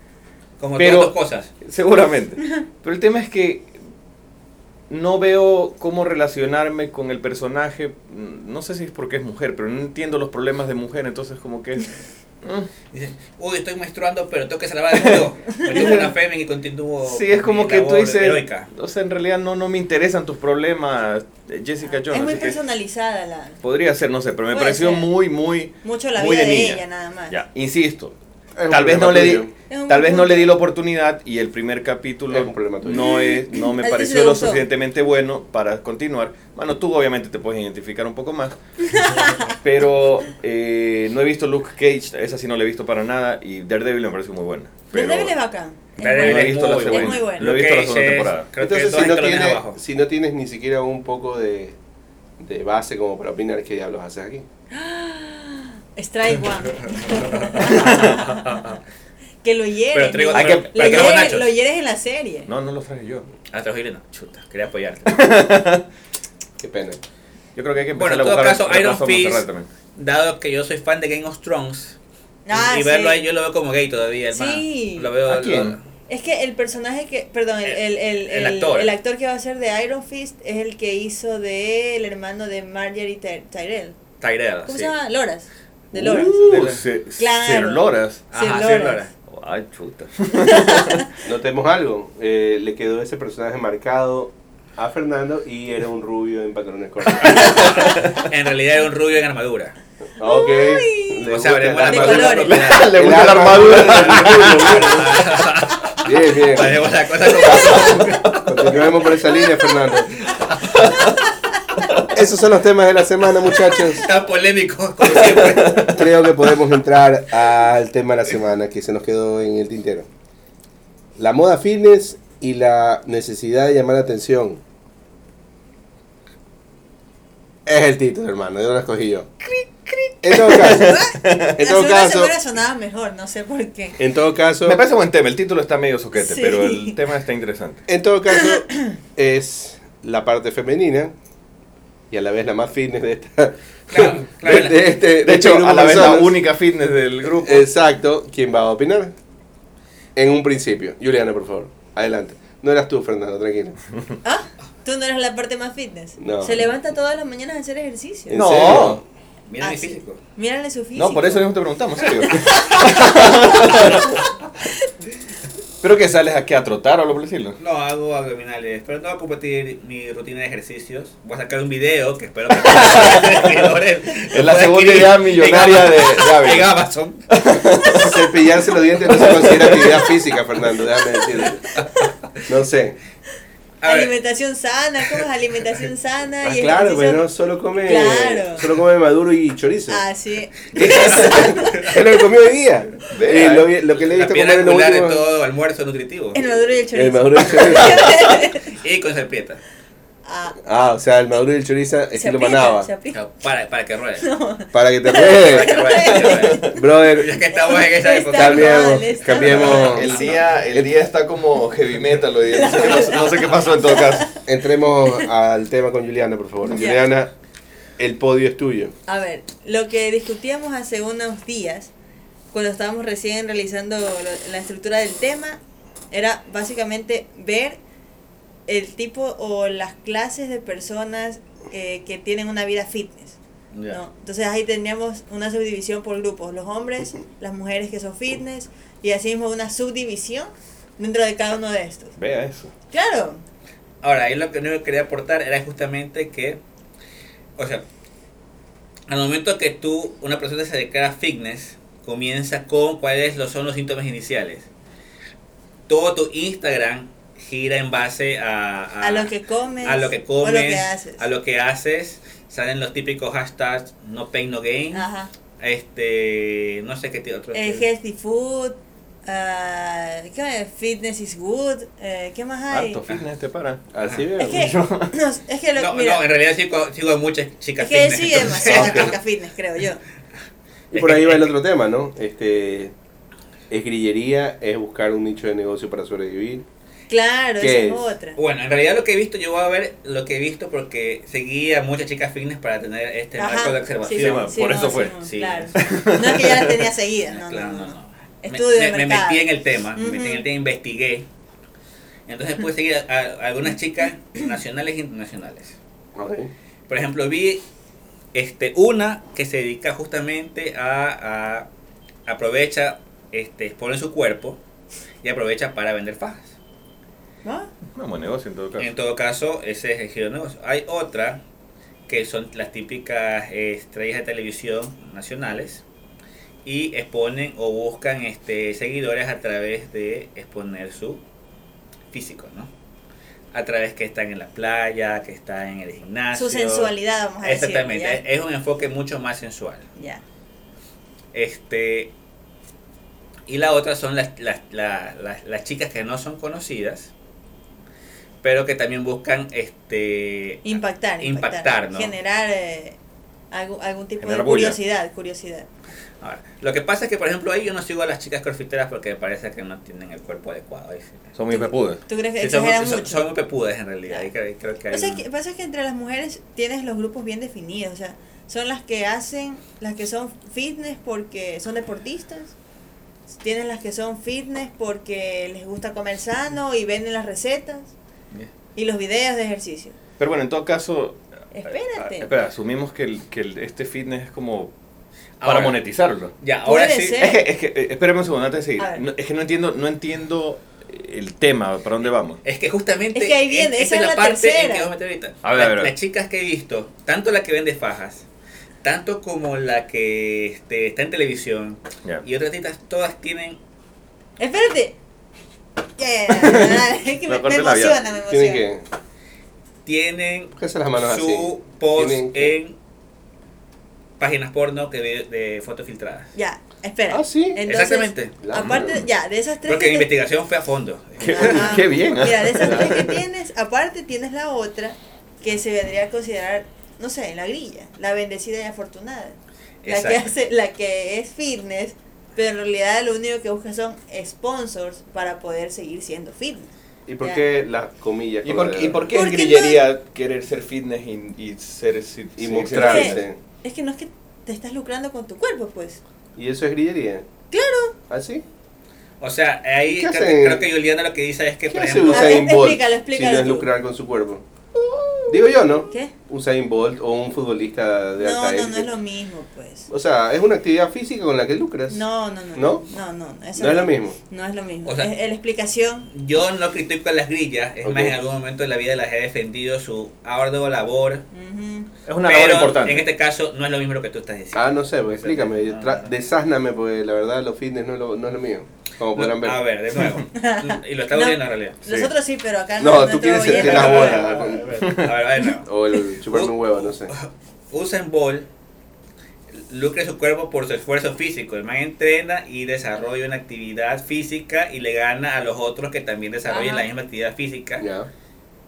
Como Pero- todas las cosas. Seguramente. Pero el tema es que no veo cómo relacionarme con el personaje. mm, No sé si es porque es mujer, pero no entiendo los problemas de mujer, entonces como que... mm, Dices, uy, estoy menstruando, pero tengo que salvar al mundo. Me tomo una femen y continúo. Sí, es como mi que tú labor dices... heroica. O sea, en realidad no, no me interesan tus problemas, eh, Jessica Jones. es muy así que personalizada la. podría ser, no sé, pero me Puede pareció ser. muy, muy... Mucho la Muy vida de de, niña. ella nada más. Ya, insisto. Es un Tal vez problema no le tuyo. di... Es un Tal vez no le di la punto. oportunidad y el primer capítulo Es un problema tuyo. no es, no me A ti sí pareció te lo gustó. suficientemente bueno para continuar. Bueno, tú obviamente te puedes identificar un poco más, pero eh, no he visto Luke Cage, esa sí no la he visto para nada y Daredevil me pareció muy buena. Pero Daredevil es bacán. Es Daredevil no bueno. he visto la muy buena. segunda, Es muy buena. no he visto la Luke segunda Cage es- temporada. Creo que Entonces, dos si no, escalones tienes, abajo. si no tienes ni siquiera un poco de, de base como para opinar, ¿qué diablos haces aquí? Strike One. que lo hieren. Pero traigo- Hay pero- que- lo, pero traigo hieren, nachos. lo hieren en la serie. No, no lo traje yo. Ah, trajo Irene. Chuta, quería apoyarte. Qué pena. Yo creo que hay que empezar Bueno, en a todo buscar caso, reemplazo Iron a Montserrat Fist, también. dado que yo soy fan de Game of Thrones, Ah, y verlo sí. ahí yo lo veo como gay todavía, hermano. Sí. Lo veo, ¿A lo- quién? Es que el personaje que. Perdón, el, el, el, El actor. el actor que va a ser de Iron Fist es el que hizo de el hermano de Marjorie Ty- Tyrell. Tyrell, ¿Cómo Ah, sí. se llama? Loras. De Loras. Uh, Sir- Claro. Sir Loras. Sí, Ajá, sí, Loras. Loras. Ay, chuta. Notemos algo. eh, le quedó ese personaje marcado a Fernando y era un rubio en pantalones cortos. En realidad era un rubio en armadura. ok. Uy. Le O sea, gusta veremos la el De armadura. cosa colores. como- Le El gusta la armadura armadura. del rubio. Bien, bien. veremos la cosa como- Continuemos por esa línea, Fernando. Esos son los temas de la semana, muchachos. tan polémico como siempre. Creo que podemos entrar al tema de la semana que se nos quedó en el tintero. La moda fitness y la necesidad de llamar la atención. Es el título, hermano. Yo lo escogí yo. En todo caso. En La todo segunda caso. semana sonaba mejor, no sé por qué. En todo caso. Me parece buen tema, el título está medio soquete, Sí. pero el tema está interesante. En todo caso, es la parte femenina y a la vez la más fitness de esta. Claro, claro, de, de este- De, de este hecho, Eh, grupo a la de vez la personas. única fitness del grupo. Exacto, ¿quién va a opinar? En un principio. Juliana, por favor, adelante. No eras tú, Fernando, tranquilo. Ah, tú no eres la parte más fitness. No. Se levanta todas las mañanas a hacer ejercicio. ¿En No. serio? Mira mi Ah, sí. físico. Mírale su físico. No, por eso mismo te preguntamos, serio. Pero que sales aquí a trotar o algo por decirlo. No hago abdominales, pero no voy a compartir mi rutina de ejercicios. Voy a sacar un video que espero que Es Es la segunda idea millonaria de Gaby. En Amazon. Cepillarse los dientes no se considera actividad física, Fernando, déjame decirte. No sé. A ver, Alimentación sana, ¿cómo es alimentación sana? Ah, y claro, ejercicio? bueno, solo come, Claro. solo come maduro y chorizo. Ah, sí. es lo que comió hoy día. Eh, lo, vi- lo que le he la visto piedra comer en los angular de últimos- todo almuerzo nutritivo. El maduro y el El chorizo. maduro y chorizo. Y con serpieta. Ah, Ah, o sea, el maduro y el chorizo se estilo aprieta, manaba. se aprieta. Para, para que ruede. Para que te Para ruedes. que ruede, para que ruede. Ya Brother, que estamos en esa época. Está bien. cambiemos, mal, está cambiemos. El día, el día está como heavy metal hoy día. No sé qué pasó, no sé qué pasó en todo caso. Entremos al tema con Juliana, por favor. Ya. Juliana, el podio es tuyo. A ver, lo que discutíamos hace unos días, cuando estábamos recién realizando lo- la estructura del tema, era básicamente ver el tipo o las clases de personas eh, que tienen una vida fitness. Ya. ¿no? Entonces ahí teníamos una subdivisión por grupos, los hombres, las mujeres que son fitness, y así mismo una subdivisión dentro de cada uno de estos. Vea eso. Claro, Ahora, ahí lo que yo quería aportar era justamente que, o sea, al momento que tú, una persona se declara fitness, comienza con cuáles lo- son los síntomas iniciales. Todo tu Instagram gira en base a... a, lo que comes, Ah, a lo que o comes, lo que haces. a lo que haces, salen los típicos hashtags no pain no gain, Ajá. este, no sé qué t- otro. Ah. Eh, healthy food, ah, ¿qué más? fitness is good, eh, ¿qué más hay? Harto fitness te para. Así Es veo. que, no, es que lo, no, mira, no, en realidad sigo, sigo a muchas chicas es que fitness, sigue entonces- demasiado Ok. la marca fitness, creo yo. Y por ahí va el otro tema, ¿no? Este es grillería, es buscar un nicho de negocio para sobrevivir. Claro, ¿Qué esa es es? otra. Bueno, en realidad lo que he visto, yo voy a ver lo que he visto porque seguí a muchas chicas fitness para tener este Ajá, marco de sí, observación. sí, bueno, sí, por no, eso sí, fue. no, Sí. Claro. No es que ya las tenía seguidas, no, Claro, no, no, no. Me- Estudio me, de me mercado. metí en el tema, me metí en Ujú. el tema, investigué. Entonces pude seguir a, a algunas chicas nacionales e internacionales. Ok. Por ejemplo, vi este, una que se dedica justamente a, a- aprovecha, este, expone su cuerpo y aprovecha para vender fajas. ¿No? Un buen negocio en todo caso. En todo caso, ese es el giro de negocio. Hay otra que son las típicas eh, estrellas de televisión nacionales y exponen o buscan este, seguidores a través de exponer su físico, ¿no? A través que están en la playa, que están en el gimnasio. Su sensualidad, vamos a decir. Exactamente, es un enfoque mucho más sensual. Ya. Este, y la otra son las, las, la- las- las chicas que no son conocidas, pero que también buscan este, Impactar, impactar. Impactar, ¿no? Generar eh, algún, algún tipo Generar de bulla. curiosidad, curiosidad. Ahora, lo que pasa es que, por ejemplo, ahí yo no sigo a las chicas crossfiteras porque me parece que no tienen el cuerpo adecuado. ahí sí. Son mis pepudas. ¿Tú crees que Sí, son, exageran son- mucho? son muy pepudas en realidad. ahí creo, creo que hay O sea, un- que, pasa que entre las mujeres tienes los grupos bien definidos, o sea, son las que hacen, las que son fitness porque son deportistas, tienes las que son fitness porque les gusta comer sano y venden las recetas Yeah. y los videos de ejercicio. Pero bueno, en todo caso. Espérate. eh, espera, asumimos que, el- que el- este fitness es como para Ahora, monetizarlo. Ya, ahora Puede sí. ser. Es que, es que, eh, espérame un segundo antes de Eh. A seguir. ver. No, es que no entiendo, no entiendo el tema, para dónde vamos. Es que justamente. Es que ahí viene, es- esa es la parte en tercera. que vamos a meter ahorita. A ver, Las- a ver, a ver. Las chicas que he visto, tanto la que vende fajas, tanto como la que este, está en televisión, Ya. y otras titas, todas tienen. Espérate. Ya, ya, ya, ya, ya, es Me que me, me corté el labial. emociona, me Tienen emociona. que Tienen buscarse las manos así. su post Tienen que- en páginas porno que ve- de fotos filtradas. Ya, espera. Ah, sí. Entonces, Exactamente. La Aparte, mano. ya, de esas tres Porque que te- mi Ah, investigación fue a fondo. Qué- Ajá. qué bien, ¿eh? Mira, de esas tres que tienes, aparte tienes la otra que se vendría a considerar no sé, en la grilla, la bendecida y afortunada. La que, Exacto. hace, la que es fitness, pero en realidad lo único que busca son sponsors para poder seguir siendo fitness. ¿Y por Ya. qué las comillas? ¿Y por, y por qué es Porque grillería querer ser fitness y, y ser si- Y si- mostrarse. ser- Es que no es que te estás lucrando con tu cuerpo, pues. ¿Y eso es grillería? ¿Ah, Claro. ¿Así? O sea, ahí ¿Qué creo, hace? que- creo que Juliana lo que dice es que, ¿Qué por hace ejemplo, usa? Usain ver, Bolt explícalo, explícalo si no es tú. lucrar con su cuerpo? Digo yo, ¿no? ¿Qué? Usain Bolt o un futbolista de No, alta no, élite. no es lo mismo, pues. O sea, es una actividad física con la que lucras. No, no, no. ¿No? No, no, no, eso No es lo mismo. No es lo mismo. O sea- es, es la explicación. yo no critico a las grillas, es Ok. más, en algún momento de la vida las he defendido su ardua labor. Ujú. Es una labor pero importante. en este caso no es lo mismo lo que tú estás diciendo. Ah, no sé, pues, explícame, No, no, tra- no. desázname, porque la verdad los fitness no es lo, no es lo mío, como podrán ver. A ver, de nuevo. y lo estamos No. viendo en realidad. Sí. Nosotros sí, pero acá No, tú quieres oyente sentir la no A ver, bola. puede. A ver, a ver, a ver, de nuevo. O el chuparme un huevo, no sé. Usain Bolt lucre su cuerpo por su esfuerzo físico. El man entrena y desarrolla una actividad física y le gana a los otros que también desarrollan Ajá. la misma actividad física. Ya.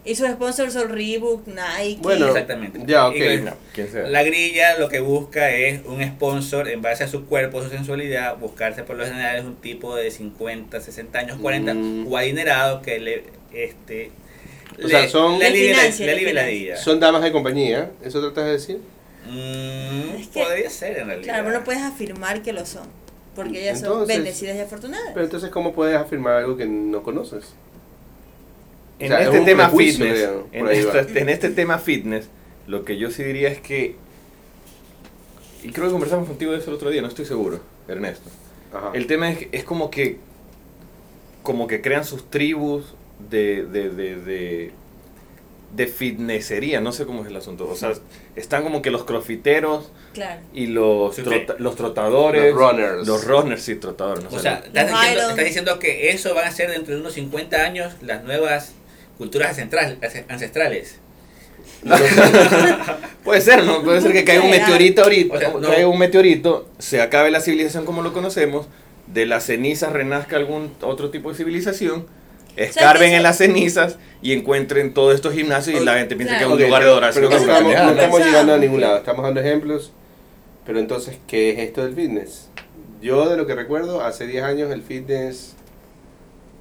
Y sus sponsors son Reebok, Nike. Bueno, Exactamente. ya, ok. Y No, quién sea. La grilla lo que busca es un sponsor en base a su cuerpo, su sensualidad, buscarse por lo general es un tipo de 50, 60 años, 40 Mm. o adinerado que le este O sea, son- le Le alivia la- financia, le le alivia la financia. vida. Son damas de compañía, ¿eh? ¿eso tratas de decir? Mm, Es que- podría ser en realidad. Claro, pero no puedes afirmar que lo son. Porque ellas son Entonces- bendecidas y afortunadas. Pero entonces, ¿cómo puedes afirmar algo que no conoces? En O sea, es este un tema prejuicio, fitness, creo, por en, ahí va. esta- en este tema fitness, lo que yo sí diría es que, y creo que conversamos contigo de eso el otro día, no estoy seguro, Ernesto. Ajá. El tema es, es como que, como que crean sus tribus de, de, de, de, de fitnessería, no sé cómo es el asunto. O sea, están como que los crossfiteros Claro. y los, Sí, trota- los trotadores. Los runners. Los runners, y trotadores. no O sé, sea, los- estás Los diciendo, Iron. estás diciendo que eso van a ser dentro de unos 50 años las nuevas culturas ancestral- ace- ancestrales. Puede ser, ¿no? Puede ser que caiga un Será. meteorito ahorita. O sea, no. caiga un meteorito, se acabe la civilización como lo conocemos, de las cenizas renazca algún otro tipo de civilización, escarben eso- en las cenizas y encuentren todos estos gimnasios y la gente piensa Claro. que es un lugar de oración. Ah, Pero no es una estamos, no pendejada. estamos Pensamos. llegando a ningún lado, estamos dando ejemplos. Pero entonces, ¿qué es esto del fitness? Yo de lo que recuerdo, hace 10 años el fitness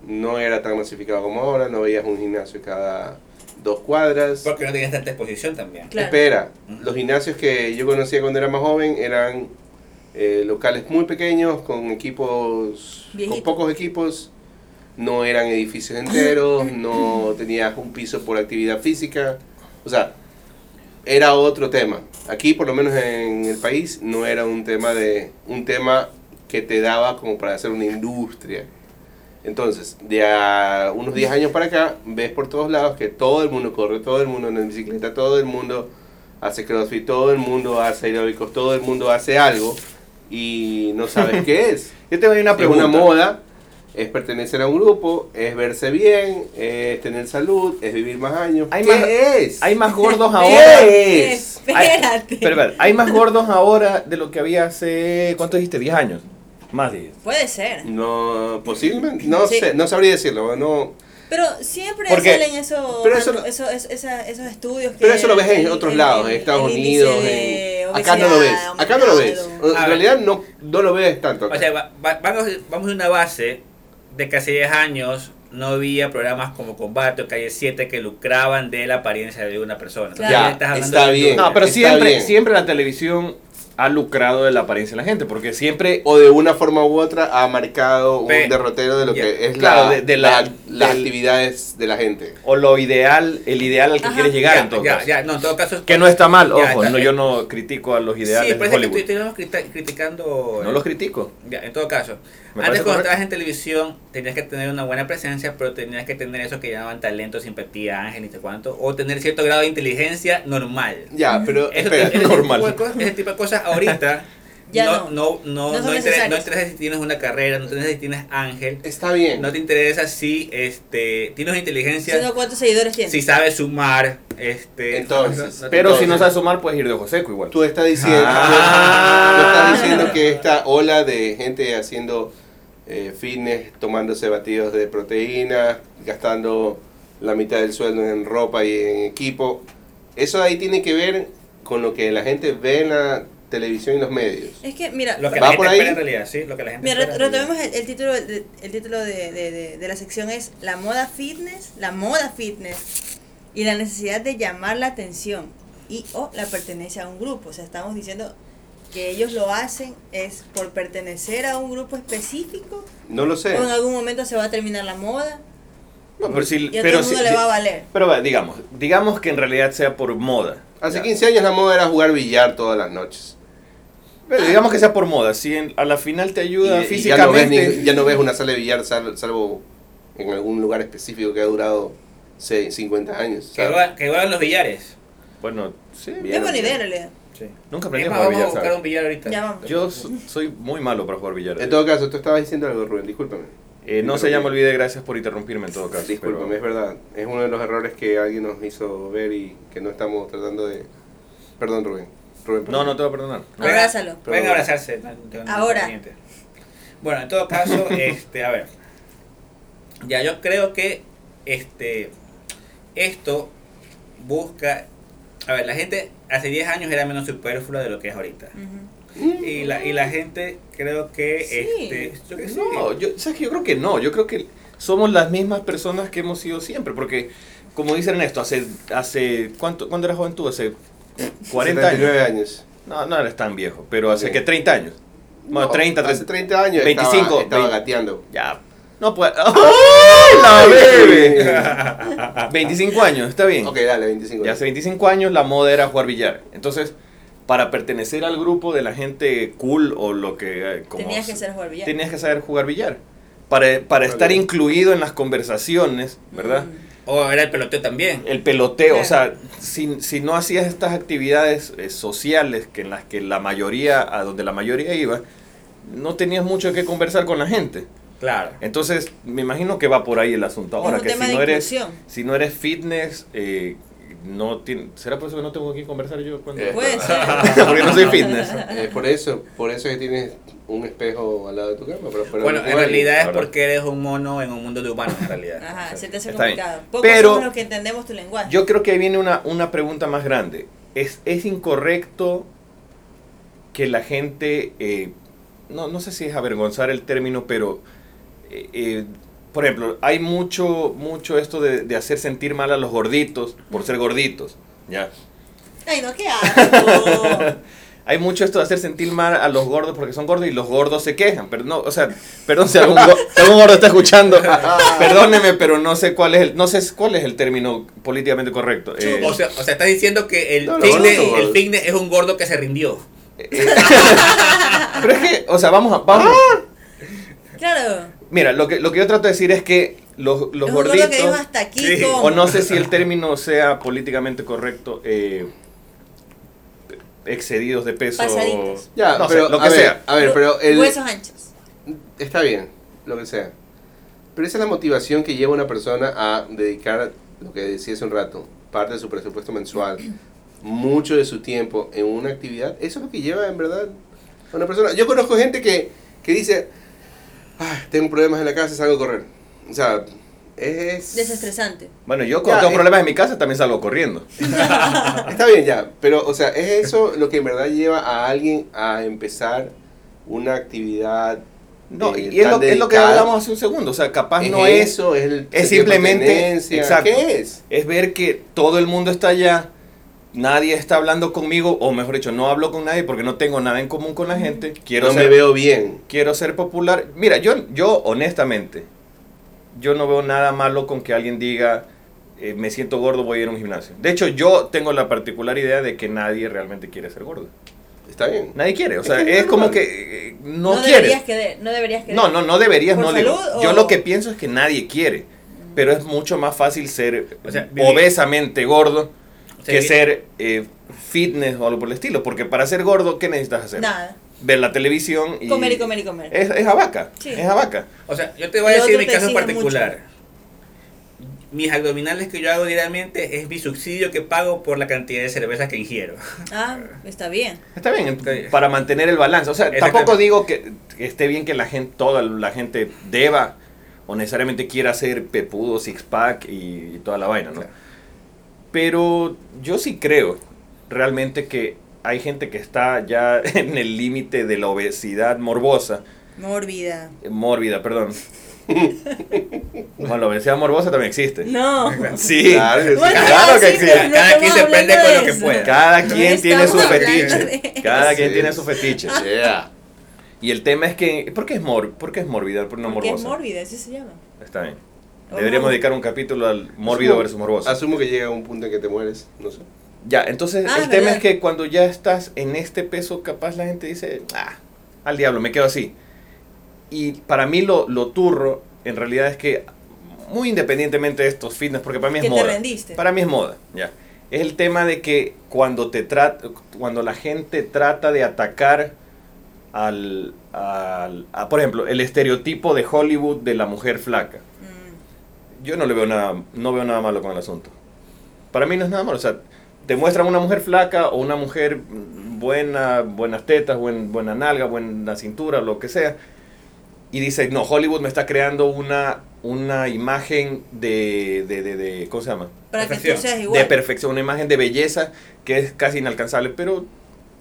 no era tan masificado como ahora, no veías un gimnasio cada dos cuadras. Porque no tenías tanta exposición también. Claro. Espera, Ujú. los gimnasios que yo conocía cuando era más joven eran eh, locales muy pequeños, con equipos, Viejitos. con pocos equipos, no eran edificios enteros, no tenías un piso por actividad física, o sea, era otro tema. Aquí, por lo menos en el país, no era un tema de un tema que te daba como para hacer una industria. Entonces, de a unos 10 años para acá, ves por todos lados que todo el mundo corre, todo el mundo anda en bicicleta, todo el mundo hace crossfit, todo el mundo hace aeróbicos, todo el mundo hace algo y no sabes qué es. Yo te voy a una Es pregunta. una moda, es pertenecer a un grupo, es verse bien, es tener salud, es vivir más años. Hay ¿Qué más- es? Hay más gordos ahora. ¿Qué es? Espérate. Pero, espérate, hay más gordos ahora de lo que había hace, ¿cuánto dijiste? ¿10 años? Más de 10. Puede ser. Mm. No, posiblemente, no Sí. sé, no sabría decirlo, no, Pero siempre Porque- salen eso, pero eso no- eso- es- esa- esos estudios que... pero eso lo ves en otros lados, en el- Estados el índice Unidos, de en- acá no lo ves, obesidad, acá no lo ves, aumentado. en A ver. realidad no, no lo ves tanto. acá. O sea, va- va- vamos, vamos de una base de que hace 10 años no había programas como Combate o Calle 7 que lucraban de la apariencia de una persona. Entonces, Ya, hablando está de un bien. grupo. No, pero Está siempre, bien. siempre la televisión ha lucrado de la apariencia de la gente, porque siempre o de una forma u otra ha marcado un Pe- derrotero de lo ya, que es claro, la, de- de la- la- las del- actividades de la gente. o lo ideal, el ideal al que Ajá. quieres llegar Ya, en todo ya, caso. ya, no, en todo caso. Que no está mal, Ya, ojo, está- no, yo no critico a los ideales Sí, de parece que Hollywood. estoy- estuvimos criti- criticando. No los critico. Ya, en todo caso. Me Antes parece cuando correcto. estabas en televisión tenías que tener una buena presencia, pero tenías que tener eso que llamaban talento, simpatía, ángel y te cuánto, o tener cierto grado de inteligencia normal. Ya, pero Eso- espera, ese tipo de normal. cosas- ese tipo de cosas ahorita Ya no, no, No son no, no, interesa, necesarias. no interesa si tienes una carrera, no te interesa si tienes ángel, está bien. no te interesa si este tienes inteligencia, Sino ¿Cuántos seguidores tiene? si sabes sumar, este Entonces, no- no te- Pero si no Entonces- sabes sumar, puedes ir de ojo seco igual. Tú estás diciendo, Ah. tú estás diciendo que esta ola de gente haciendo eh, fitness, tomándose batidos de proteína, gastando la mitad del sueldo en ropa y en equipo, eso ahí tiene que ver con lo que la gente ve en la televisión y los medios. Es que, mira, Lo que ¿Va la gente por ahí? espera en realidad, sí, lo que la gente mira, re- espera en realidad. retomemos el, el título, de, el título de, de- de- de la sección es La moda fitness, la moda fitness y la necesidad de llamar la atención y o la pertenencia a un grupo. O sea, estamos diciendo que ellos lo hacen es por pertenecer a un grupo específico No lo sé. o en algún momento se va a terminar la moda No, pero si, y a pero todo el mundo si- le si- va a valer. pero va, digamos, digamos que en realidad sea por moda. Hace Ya. 15 años la moda era jugar billar todas las noches. Ah. Pero digamos que sea por moda, si en- a la final te Y, ayuda y ya, no ves físicamente. ni- ya no ves una sala de billar sal- salvo en algún lugar específico que ha durado seis- 50 años. Que, ¿sabes? juegan- que juegan los billares. Bueno, sí. Bien, Es buena bien. idea en realidad. Sí. Nunca aprendí Es a jugar más, vamos a billar, buscar ¿sabes? un billar ahorita. Ya vamos. Yo so- soy muy malo para jugar billar. En todo caso, tú estabas diciendo algo, Rubén, discúlpame. Eh, no se Interrumpí. llama olvide, gracias por interrumpirme en todo caso. Discúlpame, pero- es verdad. Es uno de los errores que alguien nos hizo ver y que no estamos tratando de... Perdón, Rubén. Rubén No, perdón. no te voy a perdonar. Pueden- Abrázalo. Pueden abrazarse. no, no tengo ningún Ahora. inconveniente. Bueno, en todo caso, este, a ver. Ya yo creo que este esto busca. A ver, la gente hace 10 años era menos superflua de lo que es ahorita. Ujú. Y Mm. la, y la gente creo que Sí. este. yo creo que sí. No, yo, ¿sabes qué? Yo creo que no. Yo creo que somos las mismas personas que hemos sido siempre. Porque, como dice Ernesto, hace. hace ¿cuánto, ¿Cuándo eras joven tú? Hace 40 años. 79 años. No, no eres tan viejo, pero hace Ok. que 30 años. Bueno, No, 30, Hace 30. 30 años 25, estaba, estaba 20. gateando. Ya. No, pues. ¡Ay, la bebé! Eh, 25 años, está bien. ok, dale, 25. Ya hace 25 años la moda era jugar billar. Entonces, para pertenecer al grupo de la gente cool o lo que... eh, como Tenías que se- ser jugar billar. Tenías que saber jugar billar. Para, para estar bien. incluido en las conversaciones, ¿verdad? Mm. O era el peloteo también. El peloteo, o sea, Claro. si, si no hacías estas actividades eh, sociales que en las que la mayoría, a donde la mayoría iba, no tenías mucho que conversar con la gente. Claro. Entonces, me imagino que va por ahí el asunto ahora. es un que tema si de no eres, inclusión. si no eres fitness, eh, no tien- ¿será por eso que no tengo que conversar yo? Cuando... Eh, Puede ser. Porque no soy fitness. Eh, por eso, por eso es que tienes un espejo al lado de tu cama. Pero, pero bueno, no en hay. realidad es Ahora. porque eres un mono en un mundo de humanos, en realidad. Ajá, O sea, se te hace Está bien. complicado. Pocos Pero- somos los que entendemos tu lenguaje. Yo creo que ahí viene una, una pregunta más grande. ¿Es, es incorrecto que la gente, eh, no, no sé si es avergonzar el término, pero, eh, eh, por ejemplo, hay mucho, mucho esto de, de hacer sentir mal a los gorditos por ser gorditos, ¿ya? Ay, no, qué asco. Hay mucho esto de hacer sentir mal a los gordos porque son gordos y los gordos se quejan. Pero no, o sea, perdón si algún, go- si algún gordo está escuchando. Perdóneme, pero no sé cuál es el, no sé cuál es el término políticamente correcto. Eh, O sea, o sea, estás diciendo que el No, no, fitness, no, no. el fitness es un gordo que se rindió. pero es que, o sea, vamos a. Vamos. Claro. Mira, lo que, lo que yo trato de decir es que los, los es un gordo gorditos. que dijo hasta aquí. Sí. como. o no sé si el término sea políticamente correcto. eh, excedidos de peso. Pasaditos. Ya, No sé, pero, lo que a ver, sea. A ver, pero el, Huesos anchos. está bien, lo que sea. Pero esa es la motivación que lleva una persona a dedicar, lo que decía hace un rato, parte de su presupuesto mensual, mucho de su tiempo en una actividad. Eso es lo que lleva en verdad a una persona. Yo conozco gente que, que dice, "Ah, tengo problemas en la casa, salgo a correr. O sea, es... Desestresante. Bueno, yo cuando Ya, tengo eh. problemas en mi casa también salgo corriendo. Está bien ya, pero o sea, es eso lo que en verdad lleva a alguien a empezar una actividad. No, eh, y es tan lo, es lo que dedicada. hablamos hace un segundo. O sea, capaz Es no es. eso, es el es sentido de simplemente- pertenencia. exacto. ¿Qué es? Es ver que todo el mundo está allá. Nadie está hablando conmigo, o mejor dicho, no hablo con nadie porque no tengo nada en común con la gente. Quiero no ser me veo bien. quiero ser popular. Mira, yo, yo honestamente, yo no veo nada malo con que alguien diga, eh, me siento gordo, voy a ir a un gimnasio. De hecho, yo tengo la particular idea de que nadie realmente quiere ser gordo. Está bien. Nadie quiere, o sea, que es es como normal. que eh, no, quieres. deberías querer. No deberías querer. No, no, no deberías, ¿Por no digo. salud Yo o- lo que pienso es que nadie quiere, pero es mucho más fácil ser O sea, eh, vivir- obesamente gordo O sea, que vi- ser eh, fitness o algo por el estilo, porque para ser gordo, ¿qué necesitas hacer? Nada. Ver la televisión y... Comer y comer y comer. Es, es a vaca. Sí. Es a vaca. O sea, yo te voy a Lo decir otro mi te caso en exige particular. Mis abdominales que yo hago diariamente es mi subsidio que pago por la cantidad de cervezas que ingiero. Ah, está bien. Está bien, Está bien. para mantener el balance. O sea, Exactamente. tampoco digo que, que esté bien que la gente, toda la gente deba o necesariamente quiera ser pepudo, six pack y, y toda la vaina, ¿no? Claro. Pero yo sí creo realmente que hay gente que está ya en el límite de la obesidad morbosa, Mórbida. eh, mórbida, perdón. bueno, la obesidad morbosa también existe. No. Sí, Claro que sí. Bueno, claro que sí, pero existe. no Cada estamos quien se hablando prende con de lo que eso. pueda. Cada No quien tiene su estamos hablando fetiche. de Cada eso. quien Sí. tiene su fetiche. Yeah. Y el tema es que, ¿por qué es, mor ¿por qué es mórbida? ¿Por no Porque es morbosa? mórbida, así se llama. Está bien. O Deberíamos mor- dedicar un capítulo al mórbido Asumo- versus morboso. Asumo que llega un punto en que te mueres, no sé. Ya, entonces Ah, el tema ¿verdad? es que cuando ya estás en este peso, capaz la gente dice, ah, al diablo, me quedo así. Y para mí lo, lo turro, en realidad es que, muy independientemente de estos fitness, porque para mí es Que te moda. rendiste. Para mí es moda, ya. Es el tema de que cuando, te trat- cuando la gente trata de atacar al, al a, por ejemplo, el estereotipo de Hollywood de la mujer flaca. Mm, Yo no le veo nada, no veo nada malo con el asunto. Para mí no es nada malo, o sea, te muestran una mujer flaca o una mujer mm, buena, buenas tetas, buen- buena nalga, buena cintura, lo que sea, y dice, no, Hollywood me está creando una, una imagen de, de, de, de- ¿cómo se llama? Para que tú Perfección. seas igual. De perfección, una imagen de belleza que es casi inalcanzable, pero,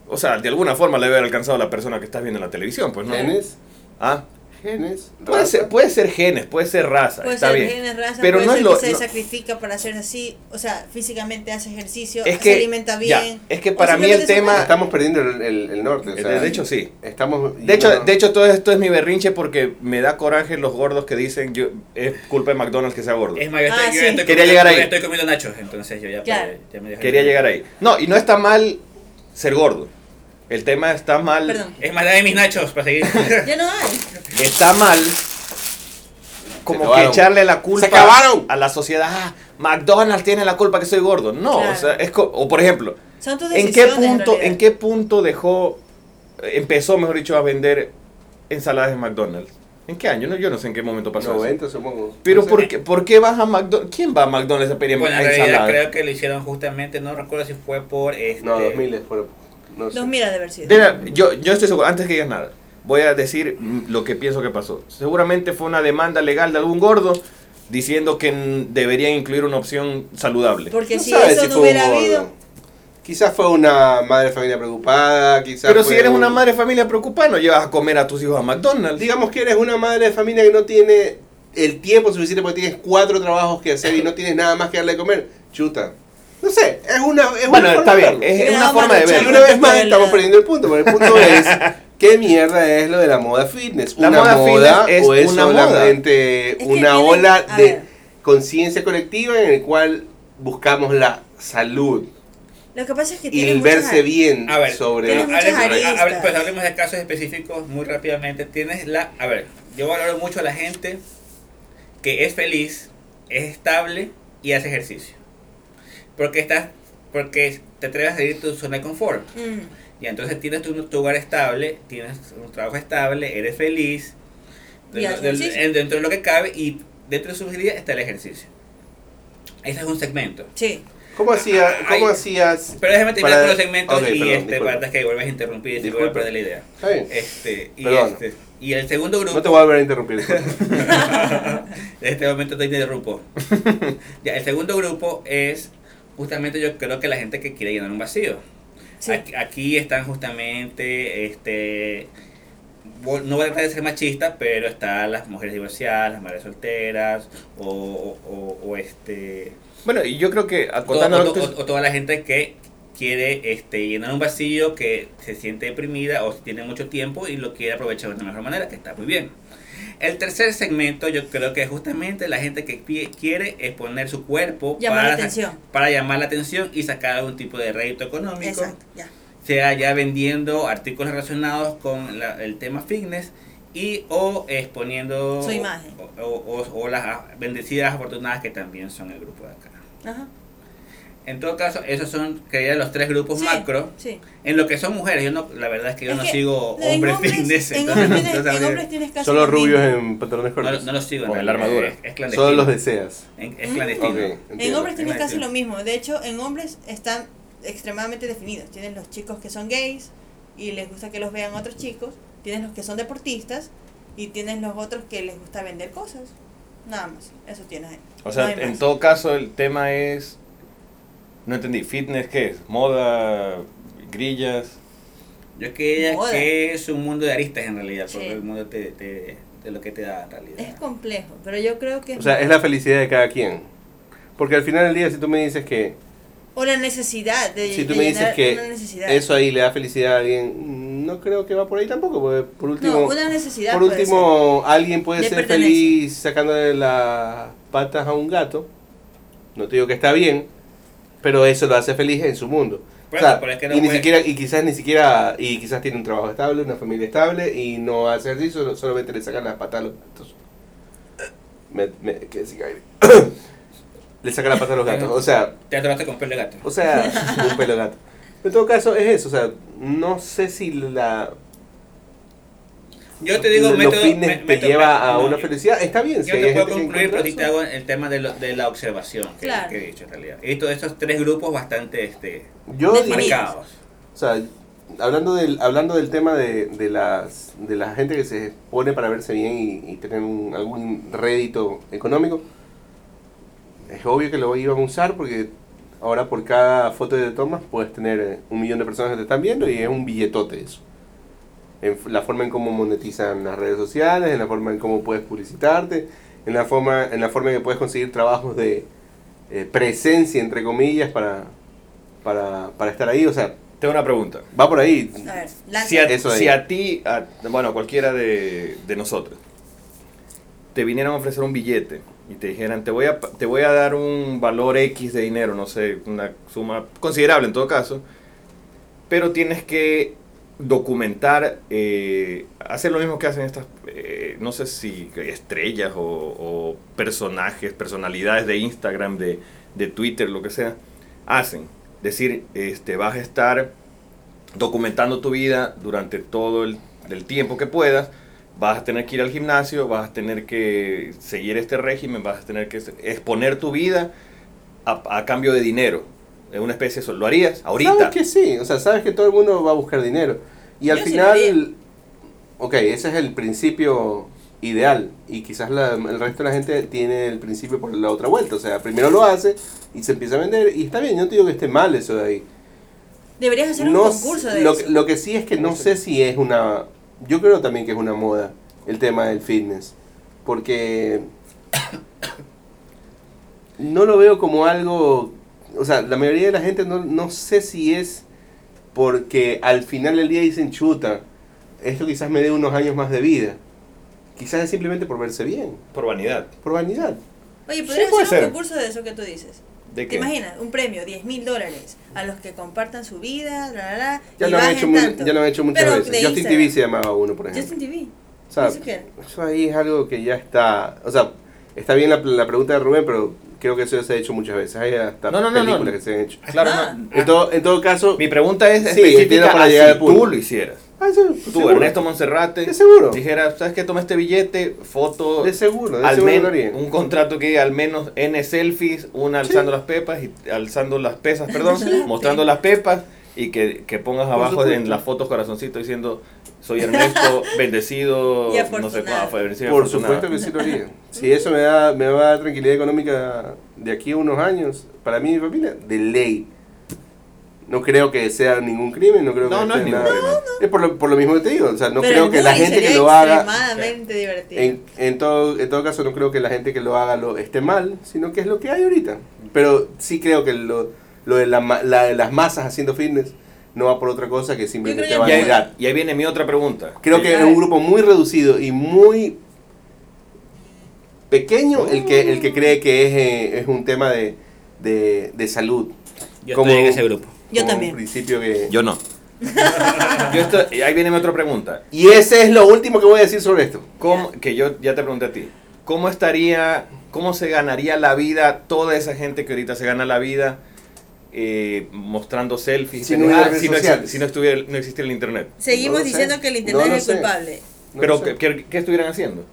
o sea, de alguna forma le debe haber alcanzado a la persona que estás viendo en la televisión, pues no. ¿Genes? Ah, ¿Genes? puede ser, puede ser genes, puede ser raza, Puede está ser bien. genes, raza, Pero puede no ser es lo- que se no- sacrifica para ser así, o sea, físicamente hace ejercicio, Es se que- alimenta ya, bien. es que o para mí el simplemente se tema- mueve. Estamos perdiendo el, el- el norte. o De- sea, de hecho, sí. Estamos. De hecho, yendo- de hecho, todo esto es mi berrinche porque me da coraje los gordos que dicen yo es culpa de McDonald's que sea gordo. Es más, yo Ah, estoy, yo sí. ya estoy Quería comiendo- llegar yo ya ahí. estoy comiendo nachos, entonces yo ya, pues, Claro. ya me dejé- Quería llegar ahí. No, y no está mal ser gordo. El tema está mal. Perdón. Es más, dame mis nachos para seguir. Ya no hay. Está mal como que acabaron. echarle la culpa Se acabaron. a la sociedad. Ah, McDonald's tiene la culpa que soy gordo. No, Claro. o sea, es co- o por ejemplo, Son tus ¿en qué decisiones. punto realidad. en qué punto dejó empezó, mejor dicho, a vender ensaladas en McDonald's? ¿En qué año? No, yo no sé en qué momento pasó. eso. 90 supongo. Pero No sé. ¿por qué, ¿por qué vas a McDonald's? ¿Quién va a McDonald's a pedir Bueno, en realidad ensalada? creo que lo hicieron justamente, no recuerdo si fue por este. No, 2000 fueron. No sé. Los mira de haber sido. Mira, yo, yo estoy seguro, antes que digas nada, voy a decir mm, lo que pienso que pasó. Seguramente fue una demanda legal de algún gordo diciendo que mm, deberían incluir una opción saludable. Porque No si sabes eso si no fue hubiera un gordo. habido, Quizás fue una madre de familia preocupada, quizás. Pero fue si eres un- una madre de familia preocupada, no llevas a comer a tus hijos a McDonald's. Digamos que eres una madre de familia que no tiene el tiempo suficiente porque tienes cuatro trabajos que hacer y no tienes nada más que darle de comer. Chuta. No sé, es una. Es bueno, una forma está de bien, verlo. es, es Mira, una vamos forma a de luchar. Y verlo. una vez más Pero- estamos perdiendo el punto, porque el punto es qué mierda es lo de la moda fitness. La una moda moda, fitness es o es una moda. solamente Es que una tienen- ola a de ver. conciencia colectiva en el cual buscamos la salud lo que pasa es que y tiene el muchas verse áreas. bien A ver, sobre Tiene Pero muchas hablemos, aristas. hable- pues hablemos de casos específicos muy rápidamente. Tienes la. A ver, yo valoro mucho a la gente que es feliz, es estable y hace ejercicio. Porque estás. Porque te atreves a salir de tu zona de confort. Mm, Y entonces tienes tu, tu hogar estable, tienes un trabajo estable, eres feliz. Y Dentro, haces del- ejercicio. en- dentro de lo que cabe y dentro de su vida está el ejercicio. Ese es un segmento. sí. ¿Cómo, hacía, cómo Ay. hacías? Pero déjame terminar Para- con los segmentos ok, y perdón, este, disculpa. para antes que vuelvas a interrumpir y te vuelvas a Disculpa. perder la idea. Está bien, Este, y, Perdón. este, y el segundo grupo. No te voy a volver a interrumpir. disculpa. En este momento te interrumpo. ya, el segundo grupo es justamente yo creo que la gente que quiere llenar un vacío. sí. Aquí, aquí están justamente, este, vol- no voy a tratar de ser machista, pero están las mujeres divorciadas, las madres solteras, o, o- o- o este, Bueno, y yo creo que ah, o, contando o- lo que tú- o- o toda la gente que quiere este, llenar un vacío, que se siente deprimida o tiene mucho tiempo y lo quiere aprovechar de una mejor manera, que está muy bien. El tercer segmento yo creo que es justamente la gente que pi- quiere exponer su cuerpo Llamar la para, sa- atención. para llamar la atención y sacar algún tipo de rédito económico Exacto, ya. sea ya vendiendo artículos relacionados con la- el tema fitness y o exponiendo Su imagen. o, o- o las bendecidas afortunadas que también son el grupo de acá. Ajá. En todo caso, esos son creía los tres grupos Sí, macro. Sí. En lo que son mujeres, yo no, la verdad es que yo Es no que sigo En hombres fitness, en entonces no- hombres tienes- no en sabría. hombres tienes casi Solo lo mismo. rulos en pantalones no, cortos. no los sigo. en Con la realidad, armadura. Es, es clandestino. Solo los deseas. En- es Mm. clandestino. Ok, En entiendo. hombres tienes casi Imagínate. lo mismo. De hecho, en hombres están extremadamente definidos. Tienes los chicos que son gays y les gusta que los vean otros chicos. Tienes los que son deportistas y tienes los otros que les gusta vender cosas. Nada más. Eso tienes ahí. O No sea, hay en más. todo caso el tema es No entendí. ¿Fitness qué es? ¿Moda? ¿Grillas? Yo que ella Moda. que es un mundo de aristas en realidad, Sí. porque el mundo te, te- de lo que te da en realidad. Es complejo, pero yo creo que... O sea, es la felicidad de cada quien. Porque al final del día, si tú me dices que, o la necesidad de, si tú de me dices llenar que una necesidad. eso ahí le da felicidad a alguien, no creo que va por ahí tampoco. Porque por último, no, una necesidad por puede último alguien puede Le ser pertenece. feliz sacándole las patas a un gato. No te digo que está bien, pero eso lo hace feliz en su mundo. Por O sea, eso, pero es que no y ni puede- siquiera y quizás ni siquiera y quizás tiene un trabajo estable, una familia estable y no hace ejercicio, solo- solamente le sacan las patas a los gatos. Me, me quedé sin aire. le sacan las patas a los gatos, o sea, Te atoraste con pelo de gato. o sea, un pelo de gato. En todo caso es eso, o sea, no sé si la Yo te digo, los método, fitness me- te método- lleva a no, una yo- felicidad, está bien. si Yo hay te puedo gente que concluir, pero encuentra sí te eso. hago el tema de, lo- de la observación que, Claro. que he dicho en realidad. He visto estos tres grupos bastante este, Yo, Definido. diría- marcados. o sea, hablando del, hablando del tema de, de, las, de la gente que se pone para verse bien y, y tener un- algún rédito económico, es obvio que lo iban a usar porque ahora por cada foto de tomas puedes tener eh, un millón de personas que te están viendo y es un billetote eso. En f- la forma en cómo monetizan las redes sociales, en la forma en cómo puedes publicitarte, en la forma en la forma en que puedes conseguir trabajos de eh, presencia, entre comillas, para, para, para estar ahí. O sea, Tengo una pregunta. va por ahí. ser. A ver, lanza. Si a, Eso si es. a ti, a- bueno, a cualquiera de, de nosotros, te vinieran a ofrecer un billete y te dijeran, te voy, a, pa- te voy a dar un valor X de dinero, no sé, una suma considerable en todo caso, pero tienes que documentar, eh, hacer lo mismo que hacen estas, eh, no sé si estrellas o, o personajes, personalidades de Instagram, de, de Twitter, lo que sea, hacen. Decir, este, vas a estar documentando tu vida durante todo el, el tiempo que puedas. Vas a tener que ir al gimnasio, vas a tener que seguir este régimen, vas a tener que se- exponer tu vida a, a cambio de dinero. Es una especie de eso. ¿Lo harías ahorita? Sabes que sí, o sea, sabes que todo el mundo va a buscar dinero. Y al Yo sí lo final, haría. ok, ese es el principio ideal. Y quizás la- el resto de la gente tiene el principio por la otra vuelta. O sea, primero lo hace y se empieza a vender. Y está bien, yo no te digo que esté mal eso de ahí. Deberías hacer No un s- concurso de lo, eso. que- lo que sí es que no sé si es una... Yo creo también que es una moda el tema del fitness. Porque no lo veo como algo... O sea, la mayoría de la gente no, no sé si es porque al final del día dicen, chuta, esto quizás me dé unos años más de vida. Quizás es simplemente por verse bien, Por vanidad. por vanidad. Oye, Sí, podrías puede hacer ser. un concurso de eso que tú dices. ¿De ¿Te qué? imaginas? Un premio, 10 mil dólares, a los que compartan su vida, la, la, la, Ya y lo, han bajen hecho mu- tanto. ya lo han hecho muchas Pero de veces. Justin TV se llamaba uno, por ejemplo. Justin TV. O sea, ¿Eso qué? eso Pues ahí es algo que ya está. O sea, está bien la, la pregunta de Rubén, pero creo que eso ya se ha hecho muchas veces. Hay hasta No, no, no, películas no. que se han hecho. Claro, Ah. no. En todo, en todo caso, Mi pregunta es Sí, específica entiendo para a llegar si al punto. tú lo hicieras. Ah, eso, Tú, seguro. Ernesto Monserrate, De seguro. dijera, ¿sabes qué? Toma este billete, foto, de seguro, de al seguro men- lo harían. un contrato que diga al menos N selfies, una Sí. alzando las pepas y alzando las pesas, perdón, mostrando las pepas y que, que pongas Por abajo supuesto. en las fotos corazoncito diciendo soy Ernesto, bendecido, Y no sé afortunado. cuál fue, bendecido, Por afortunado. supuesto que sí lo haría. Si eso me da, me va a dar tranquilidad económica de aquí a unos años, para mí y mi familia, de ley. No creo que sea ningún crimen, no creo No, que no es sea ningún nada. crimen. Es por lo, por lo mismo que te digo, o sea, no Pero creo el que la bullying gente que sería lo haga extremadamente divertido. En, en todo, en todo caso, no creo que la gente que lo haga lo esté mal, sino que es lo que hay ahorita. Pero sí creo que lo, lo de la ma- la de las masas haciendo fitness no va por otra cosa que simplemente creo Y que- ahí, vanidad. y ahí viene mi otra pregunta. Creo Sí. que es un grupo muy reducido y muy pequeño el que el que cree que es, eh, es un tema de, de, de salud. Yo Como- estoy en ese grupo. Como Yo un también. principio que- Yo no. Yo esto- y ahí viene mi otra pregunta. Y ese es lo último que voy a decir sobre esto. ¿Cómo- que yo ya te pregunté a ti, ¿cómo estaría, cómo se ganaría la vida toda esa gente que ahorita se gana la vida eh, mostrando selfies? Si pendejadas, no hubiera redes si, no, exi- sociales. si no estuviera, no existiera el internet. No Seguimos lo sé. diciendo que el internet No lo es el sé. culpable. No Pero, sé. ¿qué, qué- qué estuvieran haciendo?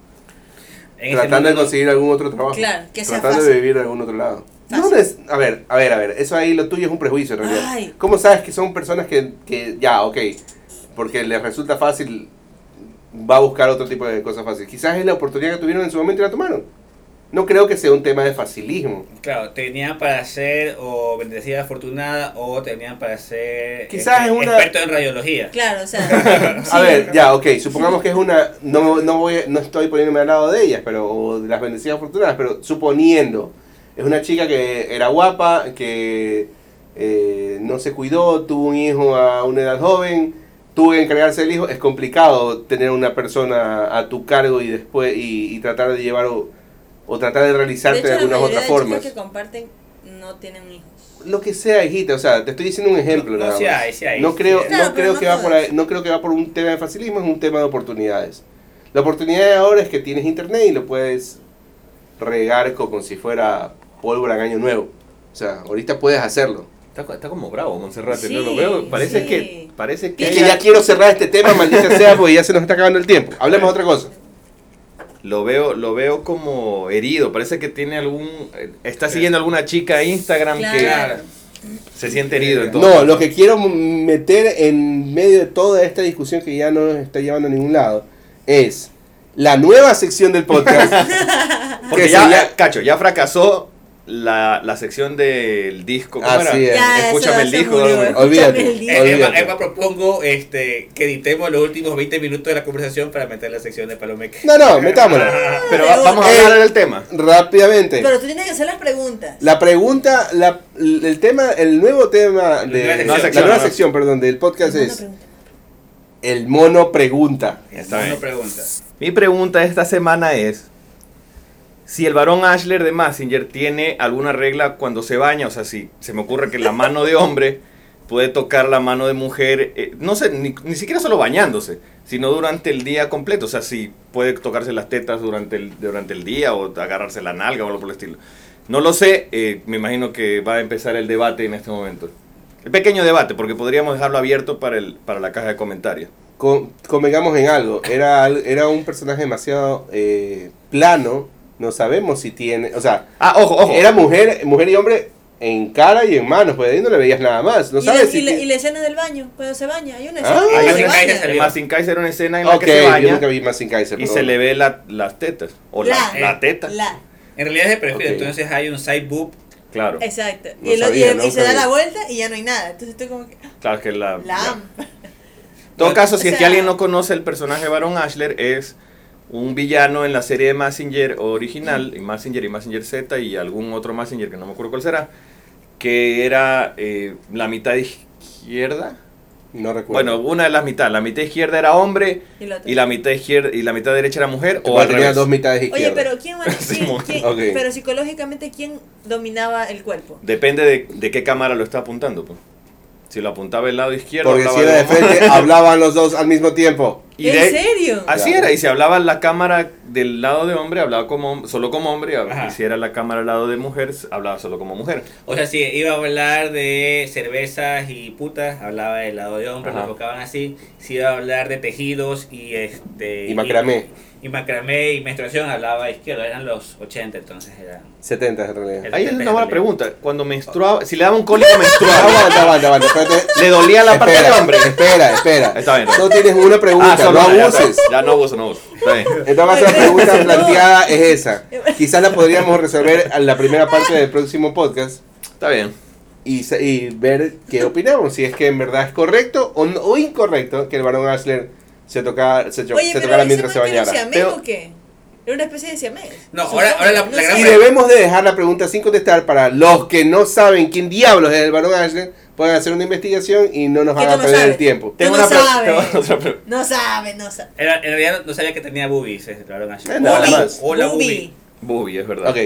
En ese tratando de mundo- conseguir algún otro trabajo. Claro, que sea Tratando fácil. de vivir en algún otro lado. No, Fácil. no es- a ver, a ver, a ver. Eso ahí lo tuyo es un prejuicio en realidad. Ay. ¿Cómo sabes que son personas que, que ya, ok, porque les resulta fácil, va a buscar otro tipo de cosas fáciles? Quizás es la oportunidad que tuvieron en su momento y la tomaron. No creo que sea un tema de facilismo. Claro, tenían para ser o bendecida afortunada o tenían para ser este, Quizás es una- experto en radiología. Claro, o sea. A sí. ver, ya, ok, supongamos que es una, no, no, voy, no estoy poniéndome al lado de ellas, pero, o de las bendecidas afortunadas, pero suponiendo, es una chica que era guapa, que eh, no se cuidó, tuvo un hijo a una edad joven, tuvo que encargarse del hijo, es complicado tener una persona a tu cargo y después, y, y tratar de llevar o, o tratar de De realizarte hecho, de, la algunas mayoría otras de formas. chicas que comparten no tienen hijos. Lo que sea, hijita, o sea, te estoy diciendo un ejemplo. No, no, nada sí más. hay, sí hay, no sí creo, hay. no Claro, pero creo no que va por todas. ahí- no creo que va por un tema de facilismo, es un tema de oportunidades. La oportunidad de ahora es que tienes internet y lo puedes regar co- como si fuera pólvora en año nuevo. O sea, ahorita puedes hacerlo. Está, co- está como bravo, Monserrate, Sí, no lo veo. Parece sí. que. Parece que. Es que ella- ya quiero cerrar este tema, maldita sea, porque ya se nos está acabando el tiempo. Hablemos de otra cosa. Lo veo, lo veo como herido. Parece que tiene algún. eh, Está siguiendo alguna chica a Instagram Claro. que se siente herido. entonces. No, lo que quiero m- meter en medio de toda esta discusión que ya no nos está llevando a ningún lado es la nueva sección del podcast. Porque que ya, sería- ya- cacho, ya fracasó la, la sección del disco. ¿cómo Así era? es. Ya, eso Escúchame ya el se disco. murió. ¿no? Olvídate. Escúchame el Eh, disco. Olvídate. Emma, Emma, propongo este, que editemos los últimos 20 minutos de la conversación para meter la sección de Palomeque. No, no, metámosla. Pero eh, de va- vamos a una. hablar del tema. Rápidamente. Pero tú tienes que hacer las preguntas. La pregunta, la- el tema, el nuevo tema de La nueva sección. la Sección, nueva ¿no? sección, perdón, del podcast Una es pregunta. el mono pregunta. Está Una bien. pregunta. Mi pregunta esta semana es si el varón Ashler de Massinger tiene alguna regla cuando se baña, o sea, si se me ocurre que la mano de hombre puede tocar la mano de mujer, eh, no sé, ni, ni siquiera solo bañándose, sino durante el día completo, o sea, si puede tocarse las tetas durante el, durante el día o agarrarse la nalga o algo por el estilo. No lo sé, eh, me imagino que va a empezar el debate en este momento. El pequeño debate, porque podríamos dejarlo abierto para, el, para la caja de comentarios. Con- convengamos en algo, era, al- era un personaje demasiado eh, plano, no sabemos si tiene, o sea, Ah, ojo, ojo. era mujer, mujer y hombre en cara y en manos, pues ahí no le veías nada más, no y, la, sabes y, si la, tiene- y la escena del baño, cuando se baña. Hay una Ah, escena hay cuando se una baña. escena- El Mazinger era una escena en la Ok, que se yo baña nunca vi más sin Kaiser. y se le ve la- las tetas. O la, La. la teta. La- En realidad se prefiere, Ok. entonces hay un side boob. Claro. exacto. No y el- y sabía, el- y no se da sabía. Ah, la vuelta y ya no hay nada. Entonces tú como que. Claro que la. La ya. amo. En todo caso, si O es que sea- alguien no conoce el personaje de Baron Ashler, es un villano en la serie de Massinger original, y Massinger y Massinger Z y algún otro Massinger que no me acuerdo cuál será, que era eh, la mitad izquierda. No recuerdo. Bueno, una de las mitades. La mitad izquierda era hombre Y la otra. y la mitad izquierda y la mitad derecha era mujer. O Bueno, al tenía revés. dos mitades Oye, izquierdas. pero ¿quién, va- quién- Simón. quién- Ok. Pero psicológicamente, ¿quién dominaba el cuerpo? Depende de, de qué cámara lo está apuntando. pues. Si lo apuntaba el lado izquierdo, Porque si hablaba era de de mamá. frente, hablaban los dos al mismo tiempo. Y ¿En de- serio? Así Claro. era, y si hablaba la cámara del lado de hombre, hablaba como hom- solo como hombre, Ajá. y si era la cámara al lado de mujer, s- hablaba solo como mujer. O sea, si iba a hablar de cervezas y putas, hablaba del lado de hombres, Ajá. lo tocaban así. Si iba a hablar de tejidos y este... Y macramé. Y, macramé y menstruación, hablaba izquierda. Eran los 80, entonces era... 70 en realidad. El- Ahí es depende, una buena depende. pregunta. Cuando Ah. menstruaba, si le daba un cólico menstruaba, Aguanta, aguanta, aguanta. espérate. le dolía la parte del Espera, hombre. espera, espera. Está bien. Ah, Tú tienes una pregunta, no solo una, ya, abuses. está bien. Ya no abuso, no abuso. Está bien. En todo caso, la No. pregunta planteada es esa. Quizás la podríamos resolver en la primera parte del próximo podcast Está bien. y, sa- y ver qué opinamos. Si es que en verdad es correcto o, no- o incorrecto que el varón Asler se, tocara- se, cho- Oye, se pero tocara ese mientras se man era un bañara. siamés Pero- o qué? Era una especie de siamés. No, ahora- ahora la- la gran- Y sé. debemos de dejar la pregunta sin contestar para los que no saben quién diablos es el varón Asler, puedan hacer una investigación y no nos Que van tú a no perder el sabes. tiempo. Tú no una pre- sabes. tengo otra pre- No sabe, no sabe. Era- en realidad no sabía que tenía boobies, es claro, Nacho. Eh, nada Hola, más. Hola, Bubi. boobie. Bubi, es verdad. Ok.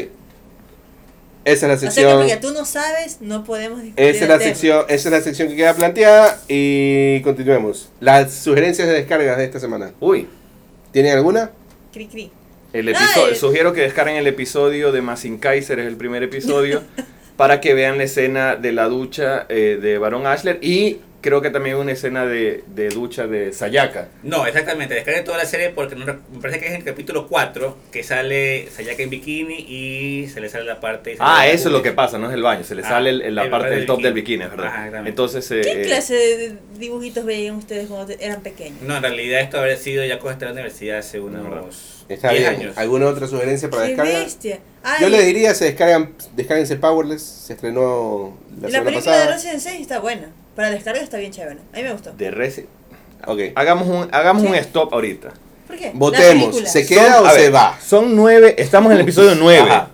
Esa es la O sea que sección. porque tú no sabes, no podemos discutir. Esa es el la tema. sección, esa es la sección que queda planteada y continuemos. Las sugerencias de descargas de esta semana. Uy, ¿Tienen alguna? Cri, cri. El Ay. episodio, Sugiero que descarguen el episodio de Massin Kaiser, es el primer episodio, para que vean la escena de la ducha eh, de Barón Ashler y creo que también hay una escena de, de ducha de Sayaka. No, exactamente, descargué toda la serie porque no rec- me parece que es en el capítulo 4 que sale Sayaka en bikini y se le sale la parte... Ah, eso es lo que pasa, no es el baño, se le Ah, sale el- el- la el parte parte del del top del bikini. bikini, es Ajá, Ah, verdad. exactamente. Entonces, eh, ¿Qué eh, clase de dibujitos veían ustedes cuando te- eran pequeños? No, en realidad esto habría sido ya cuando estaba en la universidad hace No, unos Está 10 bien. años. ¿Alguna otra sugerencia para ¡Qué descarga? bestia! Ay, Yo le diría, se descargan, descárguense Powerless, se estrenó la, la, semana película de pasada. Resident 6 está buena. Para descarga está bien chévere. A mí me gustó. de Resi- Ok. Hagamos un, hagamos un Sí. stop ahorita. ¿Por qué? La Votemos, película. se queda Son- o a se ver, va. Son nueve, estamos en el episodio nueve. Ajá.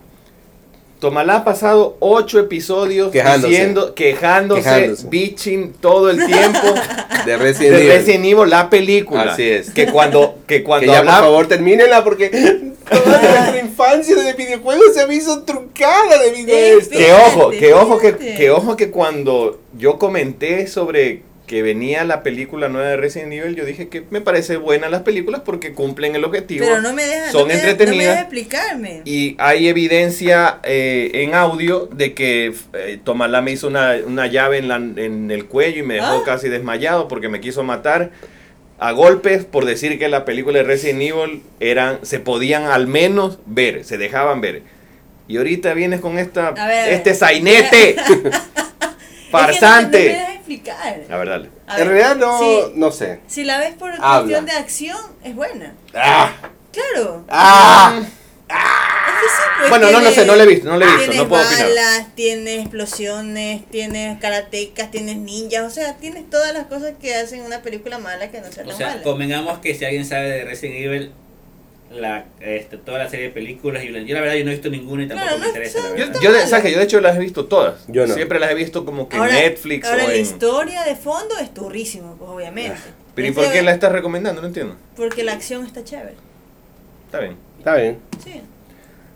Tomalá ha pasado ocho episodios Quejándose. diciendo- quejándose, Quejándose. bitching todo el tiempo De de Resident Evil. Resident Evil, la película. Así es. Que cuando, que que cuando ya hablaba- por favor termínenla porque toda nuestra infancia de videojuegos se me hizo truncada debido a Sí, esto. sí. que ojo, que ojo que, Fíjate. que ojo que cuando yo comenté sobre que venía la película nueva de Resident Evil, yo dije que me parece buena las películas porque cumplen el objetivo. Pero no me dejan. Son no me dejan- entretenidas. No me dejan explicarme. Y hay evidencia eh, en audio de que eh, Tomalá me hizo una, una llave en, la- en el cuello y me dejó Ah. casi desmayado porque me quiso matar a golpes por decir que la película de Resident Evil eran, se podían al menos ver, se dejaban ver. Y ahorita vienes con esta, A ver, a este ver. zainete Es que no- no, me farsante. dejan explicar. A ver, dale. A En ver, realidad no, sí. no sé. Si la ves por Habla. cuestión de acción, es buena. Mm. Ah, Claro. ah, Es que sí, pues, Ah. Bueno, no, no tiene- sé, no la he visto, no la he visto, Tienes no puedo opinar. balas, tienes explosiones, tienes karatecas, tienes ninjas, o sea, tienes todas las cosas que hacen una película mala que no sea O tan sea, mala. convengamos que si alguien sabe de Resident Evil, la, este, toda la serie de películas, y la- yo la verdad yo no he visto ninguna y tampoco Claro, me no, interesa, la son- verdad. Yo, de, ¿sabes qué? yo de hecho las he visto todas. Yo no. Siempre las he visto como que en Ahora- Netflix Ahora o la en... Ah, historia de fondo es turrísima, pues obviamente. Pero ¿y Es por qué chévere la estás recomendando? No entiendo. Porque la acción está chévere. Está bien. está bien. Sí.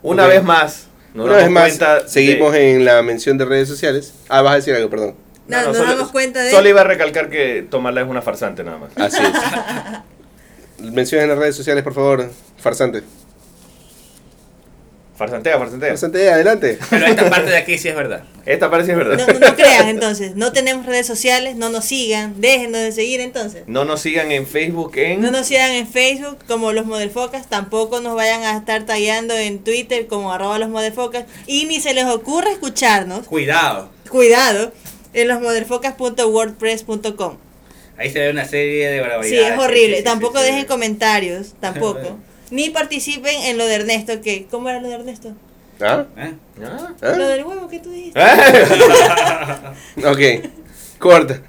Una Ok. vez más. nos Una damos vez más, cuenta de- seguimos en la mención de redes sociales. Ah, vas a decir algo, perdón. No, nos solo- damos cuenta de- Solo iba a recalcar que tomarla es una farsante nada más. Así es. Menciones en las redes sociales, por favor, farsante. Farsantea, farsantea. Farsante, adelante. Pero esta parte de aquí sí es verdad. Esta parece es No, verdad. no crean entonces, no tenemos redes sociales, no nos sigan, déjenos de seguir entonces. No nos sigan en Facebook en... No nos sigan en Facebook como los modelfocas, tampoco nos vayan a estar tagueando en Twitter como arroba los modelfocas y ni se les ocurra escucharnos, Cuidado. cuidado, en losmodelfocas.wordpress.com. Ahí se ve una serie de Sí, barbaridades. es horrible, sí, sí, tampoco sí, sí. dejen comentarios, tampoco. Ni participen en lo de Ernesto, que ¿cómo era lo de Ernesto? ¿Ah? ¿Eh? Ah. ¿Ah? ¿Eh? Lo del huevo que tú dijiste. Ah. Ok, corta.